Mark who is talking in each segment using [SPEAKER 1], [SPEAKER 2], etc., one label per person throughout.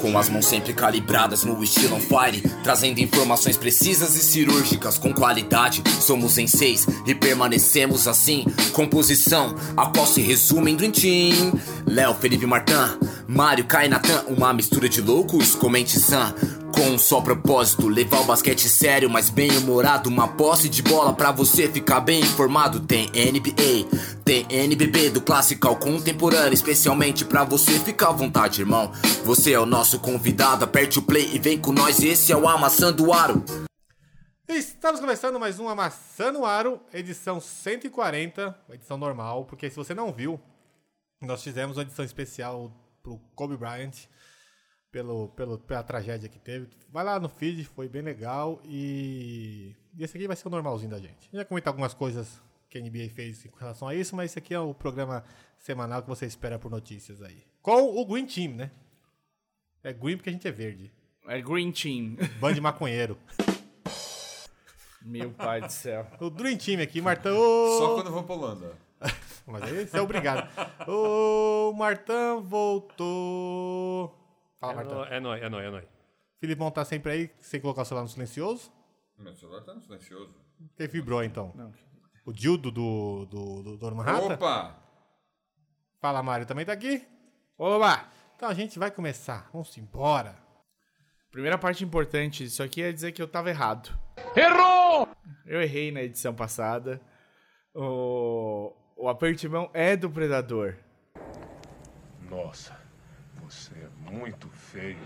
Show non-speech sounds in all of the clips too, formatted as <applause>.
[SPEAKER 1] Com as mãos sempre calibradas no estilo on fire, trazendo informações precisas e cirúrgicas com qualidade. Somos em seis e permanecemos assim. Composição, a qual se resume em Dream Team. Léo, Felipe Martin, Mário, Kainatan, uma mistura de loucos, comente sã. Com um só propósito, levar o basquete sério, mas bem humorado. Uma posse de bola pra você ficar bem informado. Tem NBA, tem NBB, do clássico ao contemporâneo. Especialmente pra você ficar à vontade, irmão. Você é o nosso convidado, aperte o play e vem com nós. Esse é o Amassando Aro.
[SPEAKER 2] Estamos começando mais um Amassando Aro, edição 140, edição normal, porque se você não viu, nós fizemos uma edição especial pro Kobe Bryant pelo, pelo, pela tragédia que teve. Vai lá no feed, foi bem legal. E, e esse aqui vai ser o normalzinho da gente. Eu já comentei algumas coisas que a NBA fez com relação a isso, mas esse aqui é o programa semanal que você espera por notícias aí. Com o Green Team, né? É green porque a gente é verde.
[SPEAKER 3] É Green Team. <laughs>
[SPEAKER 2] Band de maconheiro.
[SPEAKER 3] Meu pai do céu.
[SPEAKER 2] O Green Team aqui, Martão.
[SPEAKER 4] Só quando vão pra Holanda.
[SPEAKER 2] Mas aí você é obrigado. <laughs> Ô, Martão voltou. Fala,
[SPEAKER 5] É
[SPEAKER 2] Martão.
[SPEAKER 5] nóis, é nóis, é nóis, é nóis.
[SPEAKER 2] Filipão tá sempre aí, sem colocar o celular no silencioso.
[SPEAKER 4] Meu celular tá no silencioso.
[SPEAKER 2] Quem vibrou, então? O Dildo do, do, do, do Manhattan?
[SPEAKER 4] Opa!
[SPEAKER 2] Fala, Mário, também tá aqui? Oba! Então a gente vai começar. Vamos embora.
[SPEAKER 3] Primeira parte importante disso aqui é dizer que eu tava errado. Errou! Eu errei na edição passada. O, o aperto de mão é do predador.
[SPEAKER 6] Nossa, você é muito feio.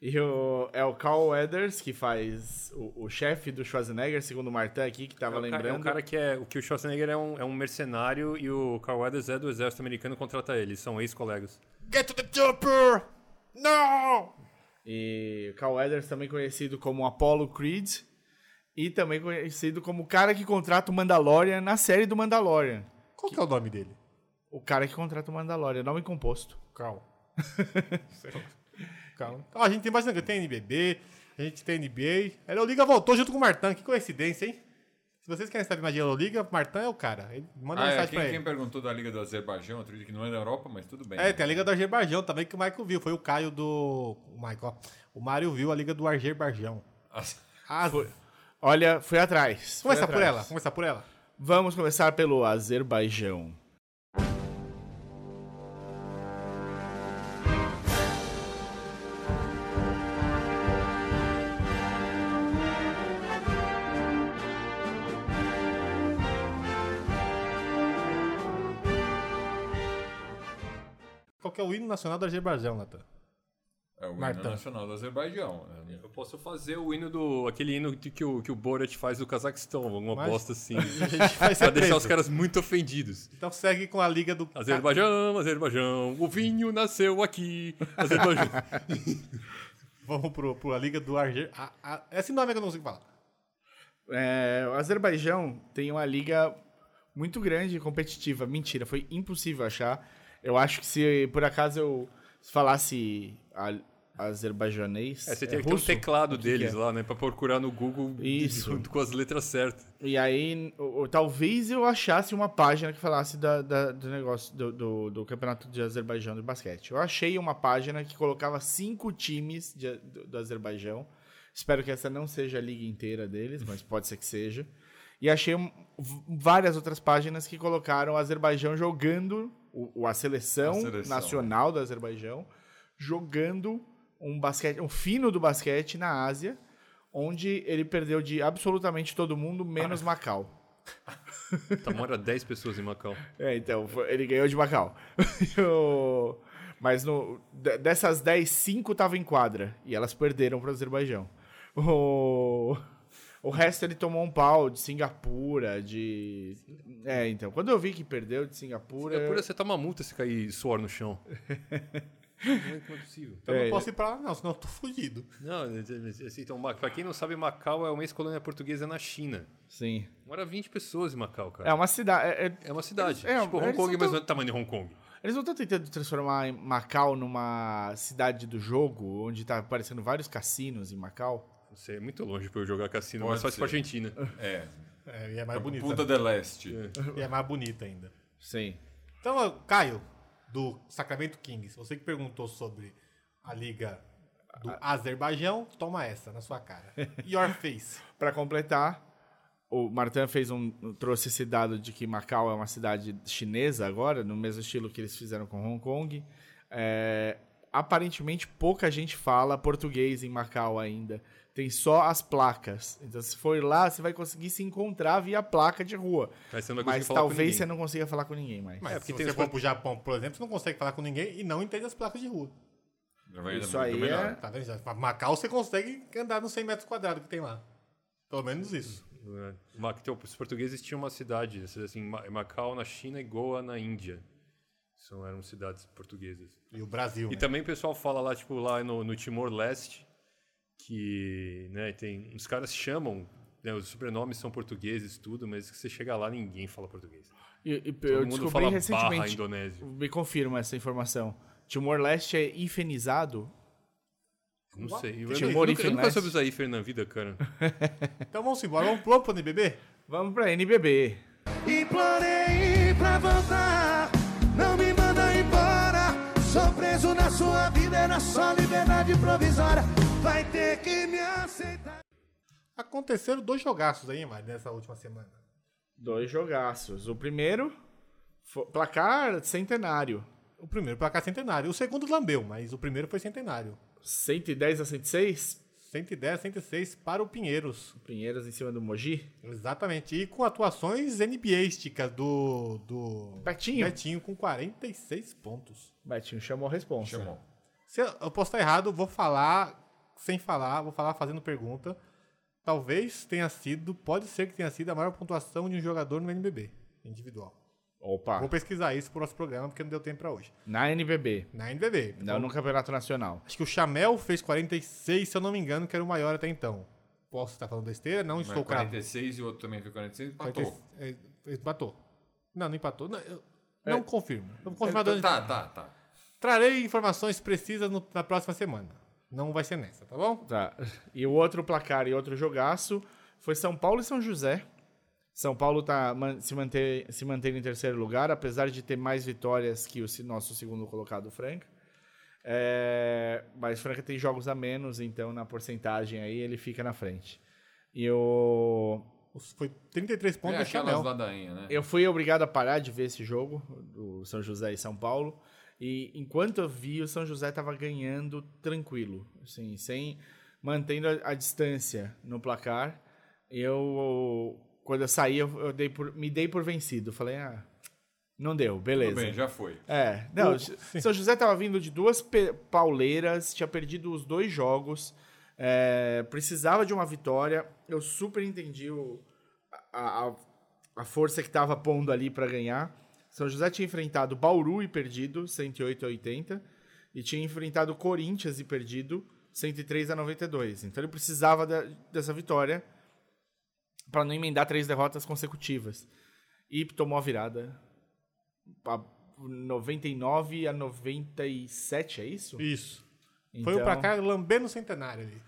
[SPEAKER 3] E o, é o Carl Weathers, que faz o, o chefe do Schwarzenegger, segundo o Martin aqui, que tava
[SPEAKER 5] É um cara-
[SPEAKER 3] lembrando.
[SPEAKER 5] É um cara que é. O que o Schwarzenegger é um, é um mercenário e o Carl Weathers é do exército americano e contrata ele. São ex-colegas.
[SPEAKER 2] Get to the jumper! Não!
[SPEAKER 3] E o Carl Weathers, também conhecido como Apollo Creed. E também conhecido como o cara que contrata o Mandalorian na série do Mandalorian.
[SPEAKER 2] Qual que é o nome dele?
[SPEAKER 3] O cara que contrata o Mandalorian, nome composto. <laughs>
[SPEAKER 2] Calma. Calma. Então, a gente tem bastante. Tem NBB, a gente tem NBA. A Euroliga voltou junto com o Martão. Que coincidência, hein? Se vocês querem saber mais de Euroliga, Martão é o cara. Ele manda
[SPEAKER 4] Ah, é,
[SPEAKER 2] mensagem
[SPEAKER 4] quem,
[SPEAKER 2] pra
[SPEAKER 4] quem
[SPEAKER 2] ele.
[SPEAKER 4] perguntou da Liga do Azerbaijão, outro dia que não é na Europa, mas tudo bem.
[SPEAKER 2] É, tem a Liga do Azerbaijão também que o Michael viu. Foi o Caio do. O Michael, ó. O Mário viu a Liga do Azerbaijão.
[SPEAKER 4] As-
[SPEAKER 2] Ah,
[SPEAKER 3] Olha, fui atrás. fui
[SPEAKER 2] Começar por
[SPEAKER 3] atrás.
[SPEAKER 2] ela, começar por ela.
[SPEAKER 3] Vamos começar pelo Azerbaijão.
[SPEAKER 2] Qual que é o hino nacional do Azerbaijão, Natan?
[SPEAKER 4] <laughs> É o hino
[SPEAKER 2] Martão.
[SPEAKER 4] nacional do Azerbaijão. né?
[SPEAKER 5] Eu posso fazer o hino do. aquele hino que, que o, que o Borat faz do Cazaquistão, alguma
[SPEAKER 2] Mas-
[SPEAKER 3] <laughs>
[SPEAKER 5] bosta
[SPEAKER 2] <laughs>
[SPEAKER 5] assim.
[SPEAKER 2] A gente vai
[SPEAKER 3] é
[SPEAKER 5] pra
[SPEAKER 2] ser
[SPEAKER 5] deixar
[SPEAKER 2] preso.
[SPEAKER 5] os caras muito ofendidos.
[SPEAKER 2] Então segue com a Liga do...
[SPEAKER 5] Azerbaijão, Azerbaijão, o vinho nasceu aqui.
[SPEAKER 3] <laughs>
[SPEAKER 5] Azerbaijão.
[SPEAKER 2] Ah, Vamos pro, pro a Liga do Arger... A, a- Esse nome é que eu não consigo falar.
[SPEAKER 3] É, o Azerbaijão tem uma liga muito grande e competitiva. Mentira, foi impossível achar. Eu acho que se por acaso eu falasse a, azerbaijãoês,
[SPEAKER 5] É, você
[SPEAKER 3] é
[SPEAKER 5] tem que ter um
[SPEAKER 3] russo,
[SPEAKER 5] teclado
[SPEAKER 3] o que que
[SPEAKER 5] deles
[SPEAKER 3] é?
[SPEAKER 5] lá, né? Pra procurar no Google
[SPEAKER 3] Isso.
[SPEAKER 5] junto <laughs> com as letras certas.
[SPEAKER 3] E aí, ou- ou talvez eu achasse uma página que falasse da- da- do negócio do, do- do campeonato de Azerbaijão de basquete. Eu achei uma página que colocava cinco times de- do, do Azerbaijão. Espero que essa não seja a liga inteira deles, mas pode ser que seja. E achei um- v- várias outras páginas que colocaram o Azerbaijão jogando, o, o- a, seleção
[SPEAKER 4] A seleção.
[SPEAKER 3] nacional do Azerbaijão, jogando um basquete, um fino do basquete na Ásia, onde ele perdeu de absolutamente todo mundo, menos Macau.
[SPEAKER 5] Tá, mora 10 pessoas em Macau.
[SPEAKER 3] É, então, foi- ele ganhou de Macau. <laughs> E o- Mas no- de- dessas 10, 5 estavam em quadra. E elas perderam para o Azerbaijão. O... o resto ele tomou um pau de Singapura, de. É, então. Quando eu vi que perdeu de Singapura.
[SPEAKER 5] É por você tomar multa se cair suor no chão. Não é possível.
[SPEAKER 2] Eu não
[SPEAKER 3] É.
[SPEAKER 2] posso ir pra lá não, senão eu tô fudido.
[SPEAKER 5] Não, assim, então, Ma- pra quem não sabe, Macau é uma ex-colônia portuguesa na China.
[SPEAKER 3] Sim.
[SPEAKER 5] Mora 20 pessoas em Macau,
[SPEAKER 3] É
[SPEAKER 5] cara.
[SPEAKER 3] uma cidade. é- é-
[SPEAKER 5] É, uma cidade.
[SPEAKER 3] É,
[SPEAKER 5] tipo Hong
[SPEAKER 3] eles
[SPEAKER 5] Kong,
[SPEAKER 3] são
[SPEAKER 5] mas
[SPEAKER 3] tão-
[SPEAKER 5] não é do tamanho de Hong Kong.
[SPEAKER 3] Eles não estão tentando transformar em Macau numa cidade do jogo, onde tá aparecendo vários cassinos em Macau.
[SPEAKER 5] Não sei, é muito longe pra eu jogar cassino,
[SPEAKER 4] Pode
[SPEAKER 5] mas faz
[SPEAKER 4] ser.
[SPEAKER 5] pra Argentina.
[SPEAKER 4] É.
[SPEAKER 2] É, e é mais
[SPEAKER 5] Tá
[SPEAKER 2] bonita.
[SPEAKER 4] Punta del Leste.
[SPEAKER 2] E é mais bonita ainda.
[SPEAKER 3] Sim.
[SPEAKER 2] Então, ó, Caio, do Sacramento Kings, você que perguntou sobre a liga do Azerbaijão, toma essa na sua
[SPEAKER 5] <laughs>
[SPEAKER 2] cara. Your face.
[SPEAKER 3] Pra completar, o Martin fez um trouxe esse dado de que Macau é uma cidade chinesa agora, no mesmo estilo que eles fizeram com Hong Kong. É, aparentemente pouca gente fala português em Macau ainda. Tem só as placas. Então se for lá, você vai conseguir se encontrar via placa de rua.
[SPEAKER 5] Mas você não vai
[SPEAKER 3] Mas
[SPEAKER 5] conseguir falar com
[SPEAKER 3] talvez
[SPEAKER 5] ninguém.
[SPEAKER 3] você não consiga falar com ninguém mais.
[SPEAKER 2] Mas
[SPEAKER 5] É, porque
[SPEAKER 2] se
[SPEAKER 5] tem
[SPEAKER 2] você
[SPEAKER 5] os
[SPEAKER 2] for
[SPEAKER 5] pan-
[SPEAKER 2] pro Japão, por exemplo, você não consegue falar com ninguém e não entende as placas de rua.
[SPEAKER 4] Já vai
[SPEAKER 3] Isso
[SPEAKER 4] muito
[SPEAKER 3] aí
[SPEAKER 4] melhor.
[SPEAKER 3] é-
[SPEAKER 2] Tá vendo? Já- Pra Macau você consegue andar nos 100 metros quadrados que tem lá. Pelo menos isso.
[SPEAKER 5] É. Ma- então, os portugueses tinham uma cidade, assim, Ma- Macau na China e Goa na Índia. São, eram cidades portuguesas.
[SPEAKER 2] E o Brasil.
[SPEAKER 5] E
[SPEAKER 2] né?
[SPEAKER 5] também o pessoal fala lá, tipo, lá no, no Timor-Leste, que, né, tem... Os caras chamam, né, os sobrenomes são portugueses, tudo, mas que você chega lá, ninguém fala português.
[SPEAKER 3] E- e
[SPEAKER 5] Todo
[SPEAKER 3] eu
[SPEAKER 5] mundo
[SPEAKER 3] descobri
[SPEAKER 5] fala barra
[SPEAKER 3] recentemente.
[SPEAKER 5] indonésio.
[SPEAKER 3] Me confirma essa informação. Timor-Leste é hifenizado?
[SPEAKER 5] Não sei. Eu,
[SPEAKER 3] Timor
[SPEAKER 5] eu, nunca, eu
[SPEAKER 3] Infinite.
[SPEAKER 5] nunca soube usar hífen na vida, cara.
[SPEAKER 2] Então vamos embora, vamos pro pro NBB?
[SPEAKER 3] Vamos pra NBB.
[SPEAKER 7] Implorei pra voltar, não me manda embora. Sou preso na sua vida, era só liberdade provisória. Vai ter que me aceitar.
[SPEAKER 2] Aconteceram dois jogaços aí, mas nessa última semana.
[SPEAKER 3] Dois jogaços. O primeiro, fo- placar centenário.
[SPEAKER 2] O primeiro pra cá centenário. O segundo lambeu, mas o primeiro foi centenário.
[SPEAKER 3] 110 a 106.
[SPEAKER 2] 110, 106 para o Pinheiros.
[SPEAKER 3] Pinheiros em cima do Mogi.
[SPEAKER 2] Exatamente. E com atuações NBAísticas do. do
[SPEAKER 3] Betinho.
[SPEAKER 2] Betinho com 46 pontos.
[SPEAKER 3] Betinho chamou a responsa.
[SPEAKER 4] Chamou.
[SPEAKER 2] Se eu eu posso estar errado, vou falar sem falar, vou falar fazendo pergunta. Talvez tenha sido, pode ser que tenha sido a maior pontuação de um jogador no NBB individual. Vou
[SPEAKER 3] Opa.
[SPEAKER 2] pesquisar isso pro nosso programa, porque não deu tempo pra hoje.
[SPEAKER 3] Na NBB.
[SPEAKER 2] Na NBB.
[SPEAKER 3] Não no Campeonato Nacional.
[SPEAKER 2] Então, Acho que o Chamel fez 46, se eu não me engano, que era o maior até então. Posso estar falando besteira? Não estou
[SPEAKER 4] Mas
[SPEAKER 2] cravando.
[SPEAKER 4] 46 e o outro também foi 46 empatou.
[SPEAKER 2] 46. É, Empatou. Não, não empatou. Não, eu- não confirmo. Eu vou confirmar
[SPEAKER 4] É. Tá,
[SPEAKER 2] durante-
[SPEAKER 4] tá, tá, tá.
[SPEAKER 2] Trarei informações precisas no- na próxima semana. Não vai ser nessa, tá bom?
[SPEAKER 3] Tá. E o outro placar e outro jogaço foi São Paulo e São José. São Paulo tá man- se, manter, se mantendo em terceiro lugar, apesar de ter mais vitórias que o se- nosso segundo colocado, Franca. É, mas Franca tem jogos a menos, então na porcentagem aí ele fica na frente. E o
[SPEAKER 2] Os- Foi 33 pontos
[SPEAKER 4] É
[SPEAKER 2] do Chamel.
[SPEAKER 4] aquelas ladainhas, né?
[SPEAKER 3] Eu fui obrigado a parar de ver esse jogo do São José e São Paulo. E enquanto eu vi, o São José estava ganhando tranquilo, assim, sem mantendo a, a distância no placar. Eu quando eu saí, eu, eu dei por- me dei por vencido. Falei, ah, não deu,
[SPEAKER 4] Tudo
[SPEAKER 3] beleza.
[SPEAKER 4] bem, já foi.
[SPEAKER 3] É, não, São José tava vindo de duas pe- pauleiras, tinha perdido os dois jogos, é, precisava de uma vitória. Eu super entendi o- a, a- a força que tava pondo ali para ganhar. São José tinha enfrentado Bauru e perdido, 108 a 80, e tinha enfrentado Corinthians e perdido, 103 a 92. Então ele precisava da- dessa vitória para não emendar três derrotas consecutivas. E tomou a virada a 99 a 97, é isso?
[SPEAKER 2] Isso.
[SPEAKER 3] Então,
[SPEAKER 2] Foi um o placar lambendo o centenário ali.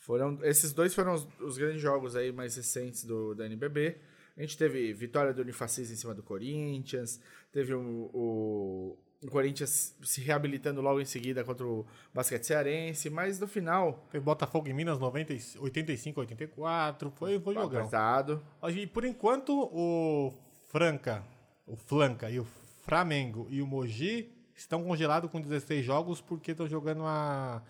[SPEAKER 3] Foram, esses dois foram os, os grandes jogos aí mais recentes do, da NBB. A gente teve vitória do Unifacis em cima do Corinthians, teve o, o, o Corinthians se reabilitando logo em seguida contra o Basquete Cearense, mas no final,
[SPEAKER 2] Foi Botafogo em Minas 90, e- 85, 84. Foi, foi jogão.
[SPEAKER 3] apertado.
[SPEAKER 2] E por enquanto, o Franca, o Flanca e o Flamengo e o Mogi estão congelados com 16 jogos porque estão jogando a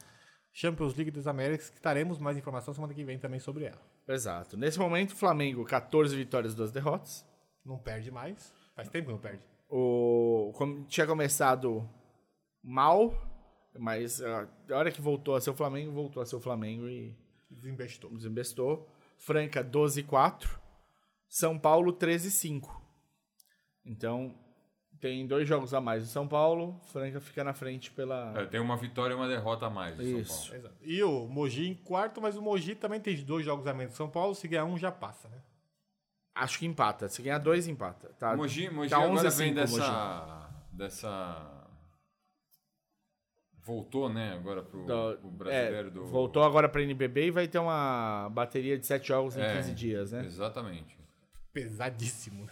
[SPEAKER 2] Champions League das Américas, que teremos mais informação semana que vem também sobre ela.
[SPEAKER 3] Exato. Nesse momento, Flamengo, 14 vitórias, 2 derrotas.
[SPEAKER 2] Não perde mais. Faz tempo que não perde.
[SPEAKER 3] O, com- tinha começado mal, mas ah, a hora que voltou a ser o Flamengo, voltou a ser o Flamengo e
[SPEAKER 2] Desembestou.
[SPEAKER 3] desembestou. Franca 12-4. São Paulo 13-5. Então, tem dois jogos a mais do São Paulo. Franca fica na frente pela.
[SPEAKER 4] É, tem uma vitória e uma derrota a mais do São
[SPEAKER 3] Isso.
[SPEAKER 4] Paulo.
[SPEAKER 2] Exato. E o Mogi em quarto, mas o Mogi também tem dois jogos a menos. São Paulo, se ganhar um, já passa, né?
[SPEAKER 3] Acho que empata. Se ganhar dois, empata. Tá,
[SPEAKER 4] Mogi, Mogi
[SPEAKER 3] tá
[SPEAKER 4] agora
[SPEAKER 3] 11
[SPEAKER 4] vem
[SPEAKER 3] a 5,
[SPEAKER 4] dessa... Dessa... Voltou, né, agora pro,
[SPEAKER 3] Do-
[SPEAKER 4] pro brasileiro
[SPEAKER 3] é,
[SPEAKER 4] do...
[SPEAKER 3] Voltou agora pra NBB e vai ter uma bateria de sete jogos em
[SPEAKER 4] É,
[SPEAKER 3] 15 dias, né?
[SPEAKER 4] Exatamente.
[SPEAKER 2] pesadíssimo.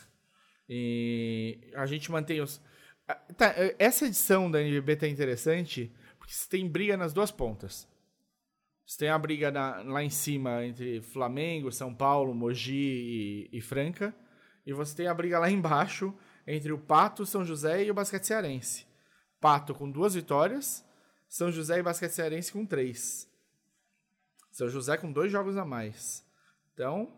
[SPEAKER 3] E a gente mantém os. Ah, tá, eh, essa edição da NBB tá interessante porque você tem briga nas duas pontas. Você tem a briga na- lá em cima entre Flamengo, São Paulo, Mogi e, e Franca. E você tem a briga lá embaixo entre o Pato, São José e o Basquete Cearense. Pato com duas vitórias, São José e Basquete Cearense com três. São José com dois jogos a mais. Então,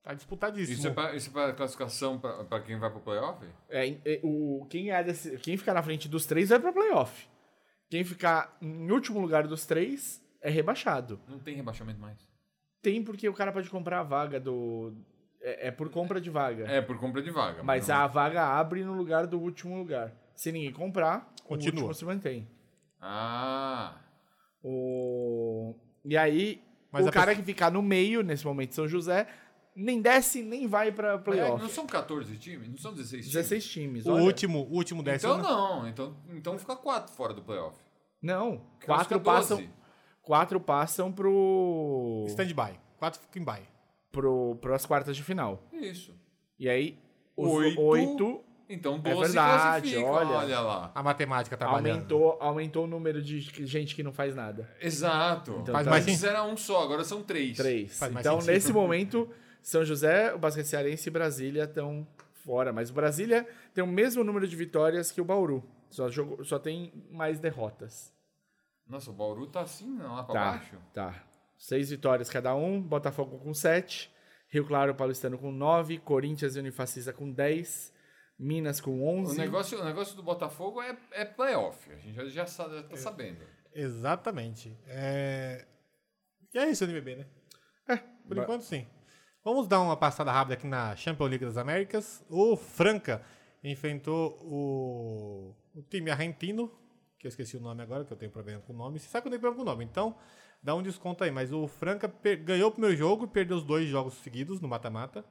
[SPEAKER 2] Tá disputadíssimo.
[SPEAKER 4] Isso é, pra, isso é pra classificação pra, pra quem vai pro playoff?
[SPEAKER 3] É, e- o, quem, é desse- quem ficar na frente dos três vai pra playoff. Quem ficar em último lugar dos três é rebaixado.
[SPEAKER 4] Não tem rebaixamento mais.
[SPEAKER 3] Tem porque o cara pode comprar a vaga do. É, é por compra de vaga.
[SPEAKER 4] É, por compra de vaga.
[SPEAKER 3] Mas
[SPEAKER 4] não-
[SPEAKER 3] a vaga abre no lugar do último lugar. Se ninguém comprar,
[SPEAKER 2] Continua.
[SPEAKER 3] o último se mantém.
[SPEAKER 4] Ah,
[SPEAKER 3] O... E aí,
[SPEAKER 2] Mas
[SPEAKER 3] o
[SPEAKER 2] a
[SPEAKER 3] cara que ficar no meio, nesse momento São José, nem desce nem vai pra
[SPEAKER 4] mas é,
[SPEAKER 3] playoff.
[SPEAKER 4] não são 14 times? Não são 16 times?
[SPEAKER 3] 16 times. né?
[SPEAKER 2] O
[SPEAKER 4] né?
[SPEAKER 3] olha.
[SPEAKER 2] último, o último décimo.
[SPEAKER 4] Então não, então, então fica 4 fora do playoff.
[SPEAKER 3] Não,
[SPEAKER 4] Porque
[SPEAKER 3] quatro
[SPEAKER 4] fica 12.
[SPEAKER 3] passam, quatro passam pro.
[SPEAKER 2] Stand-by. Quatro ficam em bye.
[SPEAKER 3] pro, pras quartas de final.
[SPEAKER 4] Isso.
[SPEAKER 3] E aí, os
[SPEAKER 4] Oito.
[SPEAKER 3] oito,
[SPEAKER 4] Então
[SPEAKER 3] É
[SPEAKER 4] 12
[SPEAKER 3] verdade,
[SPEAKER 4] classificam,
[SPEAKER 3] olha.
[SPEAKER 4] olha. lá.
[SPEAKER 2] A matemática tá trabalhando.
[SPEAKER 3] aumentou, aumentou o número de gente que não faz nada.
[SPEAKER 4] Exato.
[SPEAKER 3] Então
[SPEAKER 2] Faz
[SPEAKER 3] tá
[SPEAKER 2] mais
[SPEAKER 4] Antes era um só, agora são três.
[SPEAKER 3] Três.
[SPEAKER 2] Faz mais
[SPEAKER 3] Então,
[SPEAKER 2] sentido.
[SPEAKER 3] nesse momento, São José, o Basquete Cearense e Brasília estão fora. Mas o Brasília tem o mesmo número de vitórias que o Bauru. Só, jogou, só tem mais derrotas.
[SPEAKER 4] Nossa, o Bauru tá assim, não, lá pra
[SPEAKER 3] tá,
[SPEAKER 4] baixo.
[SPEAKER 3] tá. Seis vitórias cada um. Botafogo com sete. Rio Claro Paulistano com nove. Corinthians e Unifacista com dez. Minas com
[SPEAKER 4] O
[SPEAKER 3] onze.
[SPEAKER 4] negócio, o negócio do Botafogo é, é playoff. A gente já, já, sa- já tá sabendo.
[SPEAKER 2] Exatamente. É... E é isso, NBB, né? Por
[SPEAKER 3] Ba-
[SPEAKER 2] enquanto, sim. Vamos dar uma passada rápida aqui na Champions League das Américas. O Franca enfrentou o, o time argentino, que eu esqueci o nome agora, que eu tenho problema com o nome. Você sabe que eu tenho problema com o nome, então dá um desconto aí. Mas o Franca per- ganhou o primeiro jogo e perdeu os dois jogos seguidos no mata-mata.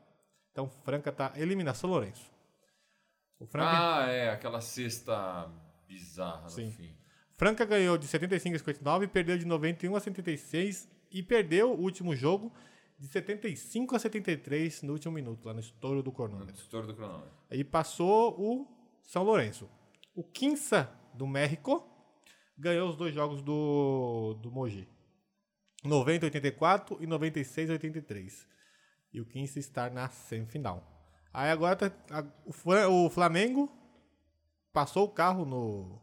[SPEAKER 2] Então o Franca tá eliminado. São Lourenço. O Franca,
[SPEAKER 4] Ah, é, aquela cesta bizarra
[SPEAKER 2] Sim.
[SPEAKER 4] no fim.
[SPEAKER 2] Franca ganhou de 75 a 59, perdeu de 91 a 76 e perdeu o último jogo de 75 a 73 no último minuto, lá no estouro do
[SPEAKER 4] No
[SPEAKER 2] cronômetro.
[SPEAKER 4] tutor do cronômetro.
[SPEAKER 2] Aí passou o São Lourenço. O Quinça do México ganhou os dois jogos do, do Mogi. 90 a 84 e 96 a 83. E o Quinça está na semifinal. Aí agora tá- a- o Fla- o Flamengo passou o carro no,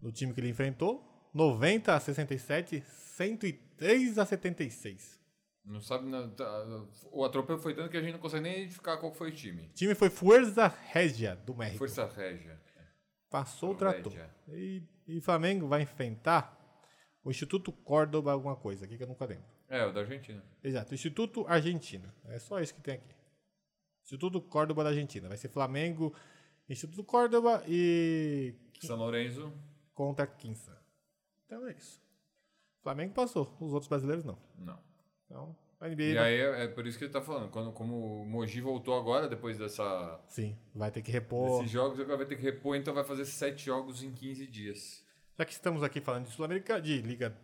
[SPEAKER 2] no time que ele enfrentou. 90 a 67, 103 a 76.
[SPEAKER 4] Não sabe. não, tá, o atropelo foi tanto que a gente não consegue nem identificar qual foi o time.
[SPEAKER 2] O time foi Fuerza Regia do México.
[SPEAKER 4] Força Régia.
[SPEAKER 2] Passou o
[SPEAKER 4] Aproveite,
[SPEAKER 2] trator. E, e Flamengo vai enfrentar o Instituto Córdoba alguma coisa aqui que eu nunca lembro.
[SPEAKER 4] É, o da Argentina.
[SPEAKER 2] Exato, Instituto Argentina. É só isso que tem aqui. Instituto Córdoba da Argentina. Vai ser Flamengo, Instituto Córdoba e
[SPEAKER 4] São Lourenço.
[SPEAKER 2] contra Quinça. Então é isso. Flamengo passou, os outros brasileiros não.
[SPEAKER 4] Não.
[SPEAKER 2] Então, a NBA
[SPEAKER 4] E
[SPEAKER 2] vai-
[SPEAKER 4] aí é, é por isso que ele tá falando. Quando, como o Mogi voltou agora, depois dessa,
[SPEAKER 2] sim, vai ter que repor.
[SPEAKER 4] desses jogos, agora vai ter que repor, então vai fazer sete jogos em 15 dias.
[SPEAKER 2] Já que estamos aqui falando de Sul-Americana, de Liga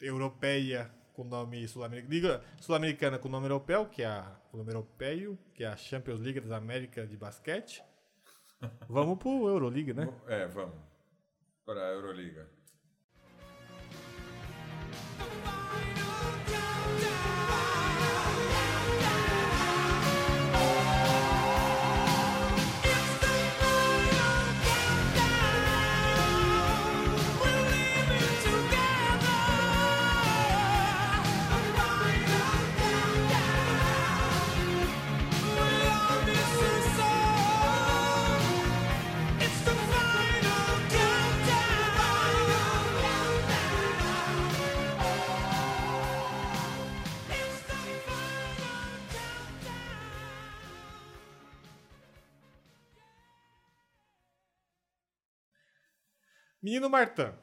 [SPEAKER 2] Europeia com nome Sul-Americana, Liga Sul-Americana com nome europeu, que é a, o nome europeu, que é a Champions League das Américas de basquete. <laughs> Vamos pro Euroliga, né?
[SPEAKER 4] É, vamos. Para a Euroliga.
[SPEAKER 8] It's the final countdown. It's the final countdown.
[SPEAKER 2] Menino Martã,